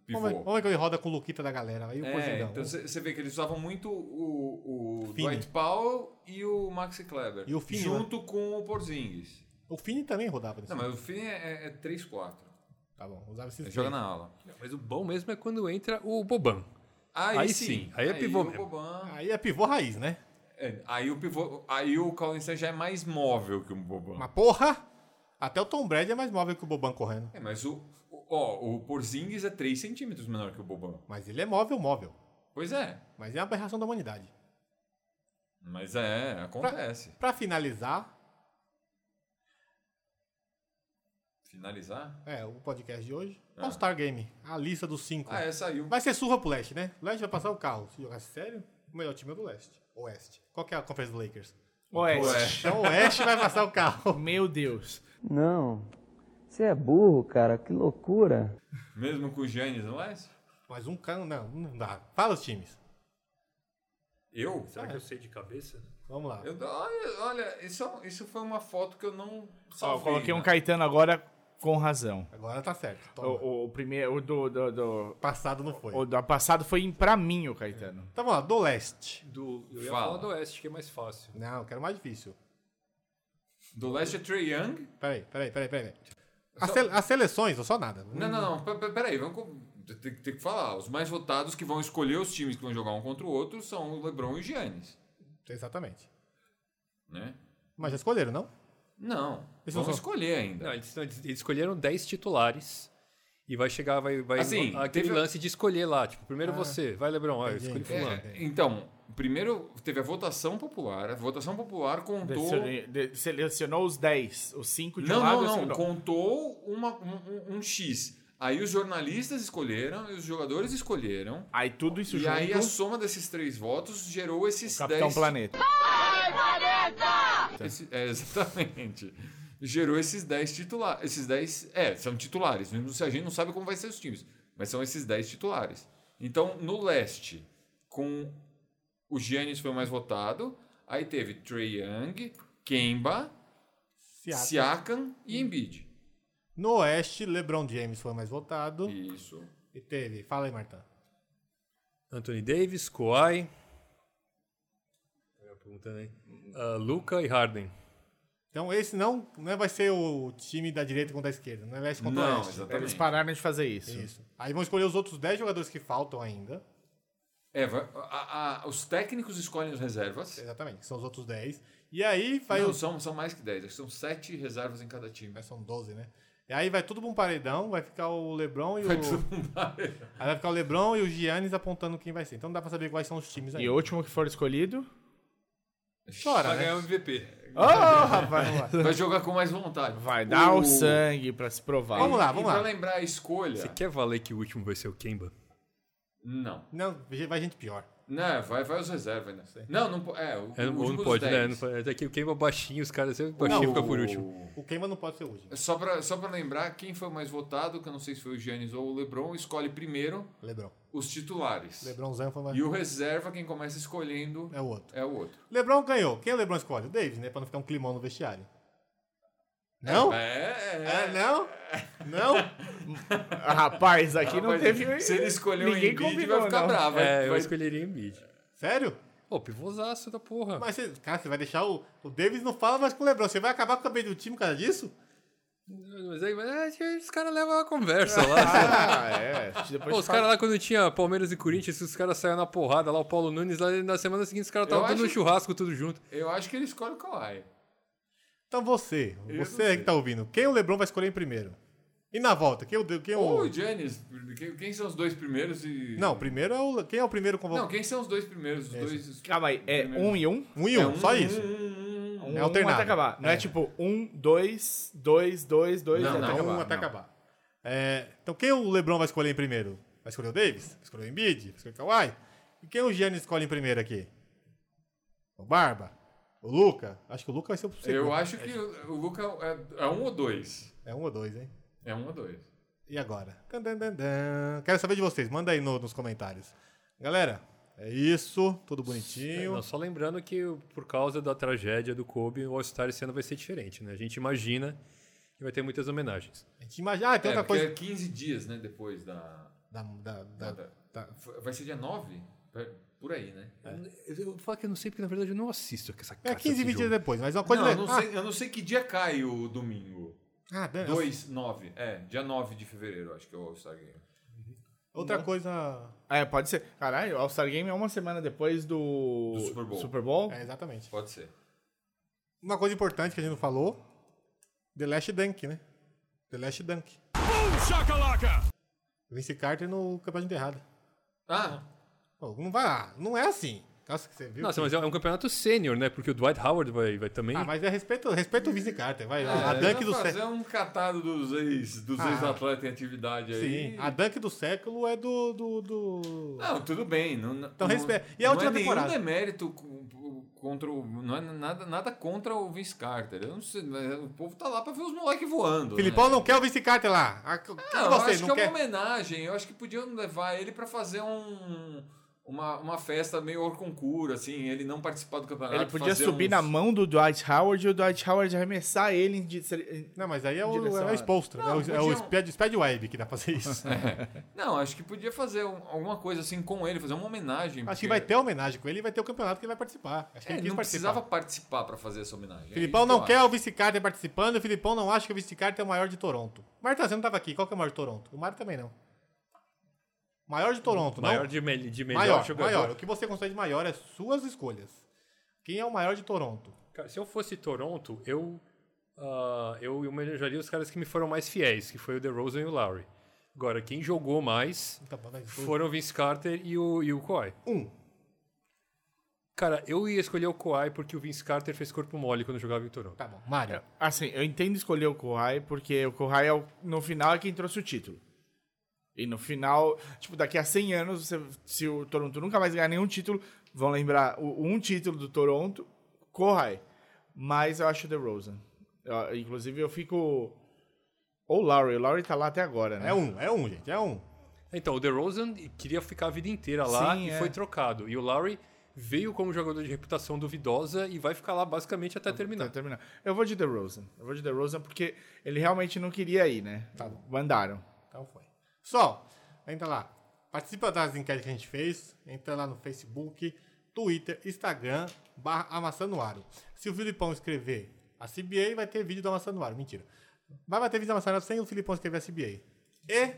[SPEAKER 4] pivô.
[SPEAKER 2] Vamos ver, vamos ver que ele roda com o Luquita da galera. Aí o
[SPEAKER 4] É,
[SPEAKER 2] Porzingão.
[SPEAKER 4] então você vê que eles usavam muito o, o
[SPEAKER 2] Fini.
[SPEAKER 4] Dwight Powell e o Maxi Kleber.
[SPEAKER 2] E o Fini, né?
[SPEAKER 4] Junto com o Porzingis.
[SPEAKER 2] O Fini também rodava nesse
[SPEAKER 4] Não, mas o Fini é, é 3-4.
[SPEAKER 2] Tá bom, usava esses
[SPEAKER 4] Ele
[SPEAKER 2] três.
[SPEAKER 4] joga na ala.
[SPEAKER 5] Mas o bom mesmo é quando entra o Boban.
[SPEAKER 4] Aí,
[SPEAKER 5] Aí sim, aí é pivô
[SPEAKER 4] o
[SPEAKER 5] mesmo.
[SPEAKER 4] Boban-
[SPEAKER 2] Aí é pivô raiz, né?
[SPEAKER 4] é, aí o pivô. Aí o Kallenstein já é mais móvel que o Boban.
[SPEAKER 2] Mas porra! Até o Tom Brady é mais móvel que o Boban correndo.
[SPEAKER 4] É, mas o. o- Ó, o Porzingis é 3 centímetros menor que o Boban.
[SPEAKER 2] Mas ele é móvel, móvel.
[SPEAKER 4] Pois é.
[SPEAKER 2] Mas é uma aberração da humanidade.
[SPEAKER 4] Mas é, acontece.
[SPEAKER 2] Pra finalizar,
[SPEAKER 4] Finalizar?
[SPEAKER 2] é, o podcast de hoje,
[SPEAKER 3] Ah.
[SPEAKER 2] All-Star Game, a lista dos cinco.
[SPEAKER 4] Ah, é, saiu.
[SPEAKER 2] Vai ser surra pro Leste, né? O Leste vai passar o carro. Se jogar sério, o melhor time é do Leste. Oeste. Qual que é a conferência do Lakers?
[SPEAKER 3] Oeste.
[SPEAKER 2] Então o Oeste vai passar o carro. <laughs>
[SPEAKER 3] Meu Deus.
[SPEAKER 9] Não. Você é burro, cara. Que loucura.
[SPEAKER 4] Mesmo com o Giannis no leste?
[SPEAKER 2] Mas um cano, não, não dá. Fala os times.
[SPEAKER 4] Eu?
[SPEAKER 5] Será
[SPEAKER 2] É.
[SPEAKER 5] que eu sei de cabeça?
[SPEAKER 2] Vamos lá.
[SPEAKER 4] Eu- olha, olha isso, é um, isso foi uma foto que eu não
[SPEAKER 3] Ó,
[SPEAKER 4] salvei.
[SPEAKER 3] coloquei um
[SPEAKER 4] né?
[SPEAKER 3] Caetano agora com razão.
[SPEAKER 2] Agora tá certo.
[SPEAKER 3] O,
[SPEAKER 2] Toma.
[SPEAKER 3] o- o primeiro, o do, do, do,
[SPEAKER 2] Passado não foi.
[SPEAKER 3] o do passado foi em- pra mim o Caetano.
[SPEAKER 2] Então vamos lá, do Leste.
[SPEAKER 5] Do, eu ia
[SPEAKER 4] Fala.
[SPEAKER 5] falar do Oeste, que é mais fácil.
[SPEAKER 2] Não, eu quero mais difícil.
[SPEAKER 4] Do leste é Trey Young?
[SPEAKER 2] Peraí, peraí, peraí, peraí. As, sele- as seleções, ou só nada.
[SPEAKER 4] Não, não, não. pe- pe- Peraí, vamos. co- Tem, tem que falar. Os mais votados que vão escolher os times que vão jogar um contra o outro são o LeBron e o Giannis.
[SPEAKER 2] Exatamente.
[SPEAKER 4] Né?
[SPEAKER 2] Mas já escolheram, não?
[SPEAKER 4] Não. Eles
[SPEAKER 2] não
[SPEAKER 4] vão
[SPEAKER 2] são-
[SPEAKER 4] escolher ainda.
[SPEAKER 5] Não, eles, não, eles- eles escolheram 10 titulares. E vai chegar, vai, vai
[SPEAKER 4] Assim,
[SPEAKER 5] aquele
[SPEAKER 4] teve-
[SPEAKER 5] lance de escolher lá. Tipo, primeiro você, vai Lebron, ah, eu
[SPEAKER 2] entendi.
[SPEAKER 5] escolhi
[SPEAKER 4] É,
[SPEAKER 5] fulano.
[SPEAKER 4] então, primeiro teve a votação popular. A votação popular contou.
[SPEAKER 3] Selecione- de- Selecionou os 10, os 5 de um
[SPEAKER 4] Não,
[SPEAKER 3] lado e os
[SPEAKER 4] não,
[SPEAKER 3] cinco
[SPEAKER 4] não.
[SPEAKER 3] do outro.
[SPEAKER 4] Contou uma- um, um- um X. Aí os jornalistas escolheram e os jogadores escolheram.
[SPEAKER 3] Aí tudo isso
[SPEAKER 4] e
[SPEAKER 3] junto,
[SPEAKER 4] aí a soma desses três votos gerou esses
[SPEAKER 3] Capitão
[SPEAKER 4] 10.
[SPEAKER 3] Planeta.
[SPEAKER 4] Esse- é, exatamente. Gerou esses 10 titulares. Esses 10. É, são titulares. Não- A gente não sabe como vai ser os times. Mas são esses 10 titulares. Então, no leste, com o Giannis foi o mais votado. Aí teve Trey Young, Kemba,
[SPEAKER 2] Seattle.
[SPEAKER 4] Siakam e Embiid.
[SPEAKER 2] No Oeste, LeBron James foi mais votado. E,
[SPEAKER 4] Isso.
[SPEAKER 2] teve, fala aí, Martã.
[SPEAKER 5] Anthony Davis, Kawhi. Eu ia perguntando aí. Ah, Luca e Harden.
[SPEAKER 2] Então esse não, não vai ser o time da direita contra a esquerda. Não é Leste contra
[SPEAKER 4] Não,
[SPEAKER 2] Oeste.
[SPEAKER 3] Eles
[SPEAKER 4] exatamente.
[SPEAKER 3] pararam de fazer isso.
[SPEAKER 2] Isso. Aí vão escolher os outros 10 jogadores que faltam ainda.
[SPEAKER 4] É, vai- a- a- os técnicos escolhem as reservas.
[SPEAKER 2] Exatamente, que são os outros 10. E aí É. vai
[SPEAKER 4] Não,
[SPEAKER 2] os.
[SPEAKER 4] são, são mais que 10. acho que São 7 reservas em cada time.
[SPEAKER 2] é, São 12, né? E aí vai tudo pra um paredão, vai ficar o Lebron e o. Aí
[SPEAKER 4] <laughs>
[SPEAKER 2] vai ficar o Lebron e o Giannis apontando quem vai ser. Então não dá pra saber quais são os times aí.
[SPEAKER 3] E o último que for escolhido.
[SPEAKER 2] Chora,
[SPEAKER 4] Vai
[SPEAKER 2] né?
[SPEAKER 4] ganhar o MVP.
[SPEAKER 3] Ô, rapaz!
[SPEAKER 4] Vai Uh. jogar com mais
[SPEAKER 3] <laughs>
[SPEAKER 4] vontade.
[SPEAKER 3] Vai dar o
[SPEAKER 4] O-
[SPEAKER 3] sangue pra se provar.
[SPEAKER 2] Vamos lá,
[SPEAKER 4] E
[SPEAKER 2] vamos lá.
[SPEAKER 4] pra lembrar a escolha.
[SPEAKER 5] Você quer valer que o último vai ser o Kemba?
[SPEAKER 4] Não.
[SPEAKER 2] Não, vai gente pior.
[SPEAKER 4] Não, vai, vai os reservas ainda. Não, não po- É, o,
[SPEAKER 5] É,
[SPEAKER 4] o
[SPEAKER 5] ou
[SPEAKER 4] último
[SPEAKER 5] não
[SPEAKER 4] dos
[SPEAKER 5] pode, né?
[SPEAKER 4] 10.
[SPEAKER 5] Não pode. Até que o Kemba baixinho, os caras sempre baixinho fica por último.
[SPEAKER 2] O Queima não pode ser né? o último.
[SPEAKER 4] Só pra, só pra lembrar, quem foi o mais votado, que eu não sei se foi o Giannis ou o Lebron, escolhe primeiro
[SPEAKER 2] Lebron.
[SPEAKER 4] os titulares.
[SPEAKER 2] Lebronzão foi mais.
[SPEAKER 4] E o reserva, quem começa escolhendo
[SPEAKER 2] É o outro.
[SPEAKER 4] é o outro.
[SPEAKER 2] Lebron ganhou. Quem é o Lebron escolhe? O Davis, né? Pra não ficar um climão no vestiário. Não?
[SPEAKER 4] É,
[SPEAKER 2] É,
[SPEAKER 4] é,
[SPEAKER 2] não? Não?
[SPEAKER 3] Rapaz, aqui não
[SPEAKER 4] Rapaz,
[SPEAKER 3] teve.
[SPEAKER 4] Se ele escolher o
[SPEAKER 3] Ninguém
[SPEAKER 4] Embiid,
[SPEAKER 3] combinou,
[SPEAKER 4] vai ficar
[SPEAKER 3] não.
[SPEAKER 4] bravo.
[SPEAKER 5] é,
[SPEAKER 4] Vai,
[SPEAKER 5] eu
[SPEAKER 4] vai-
[SPEAKER 5] escolheria Embiid.
[SPEAKER 2] Sério?
[SPEAKER 5] Pô, pivôzaço da porra.
[SPEAKER 2] Mas, você, cara, você vai deixar o, o Davis não fala mais com o Lebron. Você vai acabar com o cabelo do time por causa disso?
[SPEAKER 5] Mas aí, mas aí os caras levam a conversa lá. né?
[SPEAKER 3] Ah, é. Depois
[SPEAKER 5] Pô, os
[SPEAKER 3] fala-
[SPEAKER 5] caras lá quando tinha Palmeiras e Corinthians, os caras saíam na porrada lá, o Paulo Nunes, lá na semana seguinte os caras
[SPEAKER 4] Eu
[SPEAKER 5] estavam tudo no
[SPEAKER 4] acho-
[SPEAKER 5] churrasco, tudo junto.
[SPEAKER 4] Eu acho que ele escolhe o Kawhi.
[SPEAKER 2] Então você, você que tá ouvindo, quem o Lebron vai escolher em primeiro? E na volta, quem o. Quem
[SPEAKER 4] Ou
[SPEAKER 2] o
[SPEAKER 4] o Giannis. Quem, quem são os dois primeiros? E...
[SPEAKER 2] não, primeiro é o. Quem é o primeiro
[SPEAKER 4] Não,
[SPEAKER 2] convocado?
[SPEAKER 4] quem são os dois primeiros? Os dois.
[SPEAKER 3] Calma aí, é
[SPEAKER 4] Primeiro.
[SPEAKER 3] um e um?
[SPEAKER 2] Um e um, só isso.
[SPEAKER 3] Um,
[SPEAKER 2] É alternado.
[SPEAKER 3] até acabar. Não é, tipo um, dois, dois, dois, dois,
[SPEAKER 4] Não,
[SPEAKER 3] até
[SPEAKER 4] não,
[SPEAKER 2] Até
[SPEAKER 3] acabar.
[SPEAKER 2] um até acabar. É, então quem o LeBron vai escolher em primeiro? Vai escolher o Davis? Vai escolher o Embiid? Vai escolher o Kawhi? E quem o Giannis escolhe em primeiro aqui? O Barba? O Luca? Acho que o Luca vai ser o segundo.
[SPEAKER 4] Eu acho que o o Luca é, é um ou dois.
[SPEAKER 2] É um ou dois, hein?
[SPEAKER 4] É um ou dois.
[SPEAKER 2] E agora? Candandandan. Quero saber de vocês. Manda aí no- nos comentários. Galera, é isso. Tudo
[SPEAKER 5] É,
[SPEAKER 2] bonitinho.
[SPEAKER 5] não, só lembrando que por causa da tragédia do Kobe, o All-Star esse ano vai ser diferente, né? A gente imagina que vai ter muitas homenagens.
[SPEAKER 2] A gente imagina... Ah, tem
[SPEAKER 4] É,
[SPEAKER 2] outra
[SPEAKER 4] porque
[SPEAKER 2] coisa. Tá,
[SPEAKER 4] é 15 dias, né, depois da...
[SPEAKER 2] Da, da- da-
[SPEAKER 4] da- da- F- Vai ser dia 9? Vai- Por aí, né?
[SPEAKER 5] Eu eu vou falar que eu não sei, porque na verdade eu não assisto essa
[SPEAKER 2] É
[SPEAKER 5] caceta
[SPEAKER 2] 15,
[SPEAKER 5] de
[SPEAKER 2] 20 dias
[SPEAKER 5] jogo.
[SPEAKER 2] depois. Mas uma coisa
[SPEAKER 4] não, eu
[SPEAKER 2] legal.
[SPEAKER 4] não, sei, eu não sei que dia cai o domingo.
[SPEAKER 2] Ah, ah, Dan,
[SPEAKER 4] 2, 9. É, dia 9 de fevereiro, acho que é o All-Star Game.
[SPEAKER 2] Outra coisa.
[SPEAKER 3] É, pode ser. Caralho, o All-Star Game é uma semana depois do,
[SPEAKER 4] Do Super Bowl.
[SPEAKER 2] É, exatamente.
[SPEAKER 4] Pode ser.
[SPEAKER 2] Uma coisa importante que a gente não falou: The Last Dunk, né? The Last Dunk. Vince Carter no campeonato de enterrada.
[SPEAKER 4] Ah,
[SPEAKER 2] Pô, não vai lá. Não é assim. Nossa, que você viu?
[SPEAKER 5] Nossa, mas
[SPEAKER 4] assim.
[SPEAKER 5] é um campeonato sênior, né? Porque o Dwight Howard vai, vai também.
[SPEAKER 2] Ah, mas é respeito, respeito o Vince Carter. Vai,
[SPEAKER 4] é,
[SPEAKER 2] a Dunk do
[SPEAKER 4] fazer
[SPEAKER 2] século.
[SPEAKER 4] um catado dos ex, dos
[SPEAKER 2] Ah.
[SPEAKER 4] ex-atletas em atividade aí.
[SPEAKER 2] Sim, a Dunk do século é do. do, do-
[SPEAKER 4] Não, tudo bem. Não, então
[SPEAKER 2] respe- e a última
[SPEAKER 4] não é
[SPEAKER 2] temporada?
[SPEAKER 4] nenhum demérito co- co- contra o... Não é nada, nada contra o Vince Carter. Eu não sei, mas o povo tá lá pra ver os moleques voando.
[SPEAKER 2] Filipão
[SPEAKER 4] né?
[SPEAKER 2] não quer o Vince Carter lá. Ah, que- que
[SPEAKER 4] Não, eu
[SPEAKER 2] você,
[SPEAKER 4] acho
[SPEAKER 2] não
[SPEAKER 4] que é
[SPEAKER 2] quer?
[SPEAKER 4] uma homenagem. Eu acho que podiam levar ele pra fazer um... Uma, uma festa meio orconcura, assim, ele não participar do campeonato.
[SPEAKER 3] Ele podia
[SPEAKER 4] fazer um
[SPEAKER 3] subir
[SPEAKER 4] uns-
[SPEAKER 3] na mão do Dwight Howard e o Dwight Howard arremessar ele em. di- se ele-
[SPEAKER 2] Não, mas aí é o,
[SPEAKER 3] Direção,
[SPEAKER 2] é o
[SPEAKER 3] né?
[SPEAKER 2] Spolstra.
[SPEAKER 4] Não,
[SPEAKER 2] é o, é
[SPEAKER 4] um
[SPEAKER 2] o
[SPEAKER 4] podiam-
[SPEAKER 2] Sped, Web que dá pra fazer
[SPEAKER 4] <laughs>
[SPEAKER 2] isso.
[SPEAKER 4] É, Não, acho que podia fazer um- alguma coisa assim com ele, fazer uma
[SPEAKER 2] Acho
[SPEAKER 4] homenagem.
[SPEAKER 2] que
[SPEAKER 4] porque
[SPEAKER 2] vai ter homenagem com ele e vai ter o campeonato que ele vai participar. Acho que
[SPEAKER 4] Ele
[SPEAKER 2] ele quis
[SPEAKER 4] É, não
[SPEAKER 2] participar.
[SPEAKER 4] precisava participar pra fazer essa homenagem.
[SPEAKER 2] Filipão
[SPEAKER 4] É isso
[SPEAKER 2] não
[SPEAKER 4] que eu
[SPEAKER 2] quer o vice-carter participando, o Filipão não acha que o vice-carter é o maior de Toronto. Marta, você não tava aqui, qual que é o maior de Toronto? O Mário também não. Maior de Toronto, não?
[SPEAKER 5] Maior de, mel- de melhor
[SPEAKER 2] maior,
[SPEAKER 5] jogador.
[SPEAKER 2] maior. O que você considera de maior é suas escolhas. Quem é o maior de Toronto?
[SPEAKER 5] Cara, se eu fosse Toronto, eu, ah, eu homenagearia os caras que me foram mais fiéis, que foi o DeRozan e o Lowry. Agora, quem jogou mais
[SPEAKER 2] Então, mas-
[SPEAKER 5] foram o Vince Carter e o, e o Kawhi.
[SPEAKER 2] Um.
[SPEAKER 5] Cara, eu ia escolher o Kawhi porque o Vince Carter fez corpo mole quando jogava em Toronto.
[SPEAKER 2] Tá bom, Mário.
[SPEAKER 3] Assim, eu entendo escolher o Kohai, porque o Kohai, é o- no final, é quem trouxe o título. E no final, tipo, daqui a 100 anos, você- se o Toronto nunca mais ganhar nenhum título, vão lembrar o, um título do Toronto, Kohai. Mas eu acho o DeRozan. Eu- inclusive, eu fico... Ou o Lowry. O Lowry tá lá até agora, né?
[SPEAKER 2] É um, é um, gente, é um.
[SPEAKER 5] Então, o DeRozan queria ficar a vida inteira lá
[SPEAKER 3] Sim,
[SPEAKER 5] e
[SPEAKER 3] é.
[SPEAKER 5] foi trocado. E o Lowry veio como jogador de reputação duvidosa e vai ficar lá basicamente até
[SPEAKER 3] Tá
[SPEAKER 5] terminar.
[SPEAKER 3] terminando. Eu vou de DeRozan. Eu vou de DeRozan porque ele realmente não queria ir, né?
[SPEAKER 2] Tá
[SPEAKER 3] Mandaram.
[SPEAKER 2] Então foi. Pessoal, entra lá. Participa das enquetes que a gente fez. Entra lá no Facebook, Twitter, Instagram, barra Amassando Aro. Se o Filipão escrever a CBA, vai ter vídeo do Amassando Aro. Mentira. Mas vai ter vídeo do Amassando Aro sem o Filipão escrever a CBA. E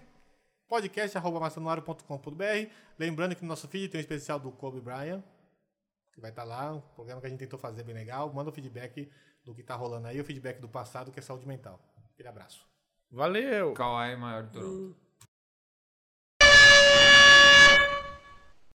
[SPEAKER 2] podcast.amassanoaro.com.br Lembrando que no nosso feed tem um especial do Kobe Bryant, que vai estar lá, um programa que a gente tentou fazer bem legal. Manda o feedback do que tá rolando aí, o feedback do passado, que é saúde mental. Aquele abraço.
[SPEAKER 3] Valeu!
[SPEAKER 4] acho. Kawhi é maior de Toronto.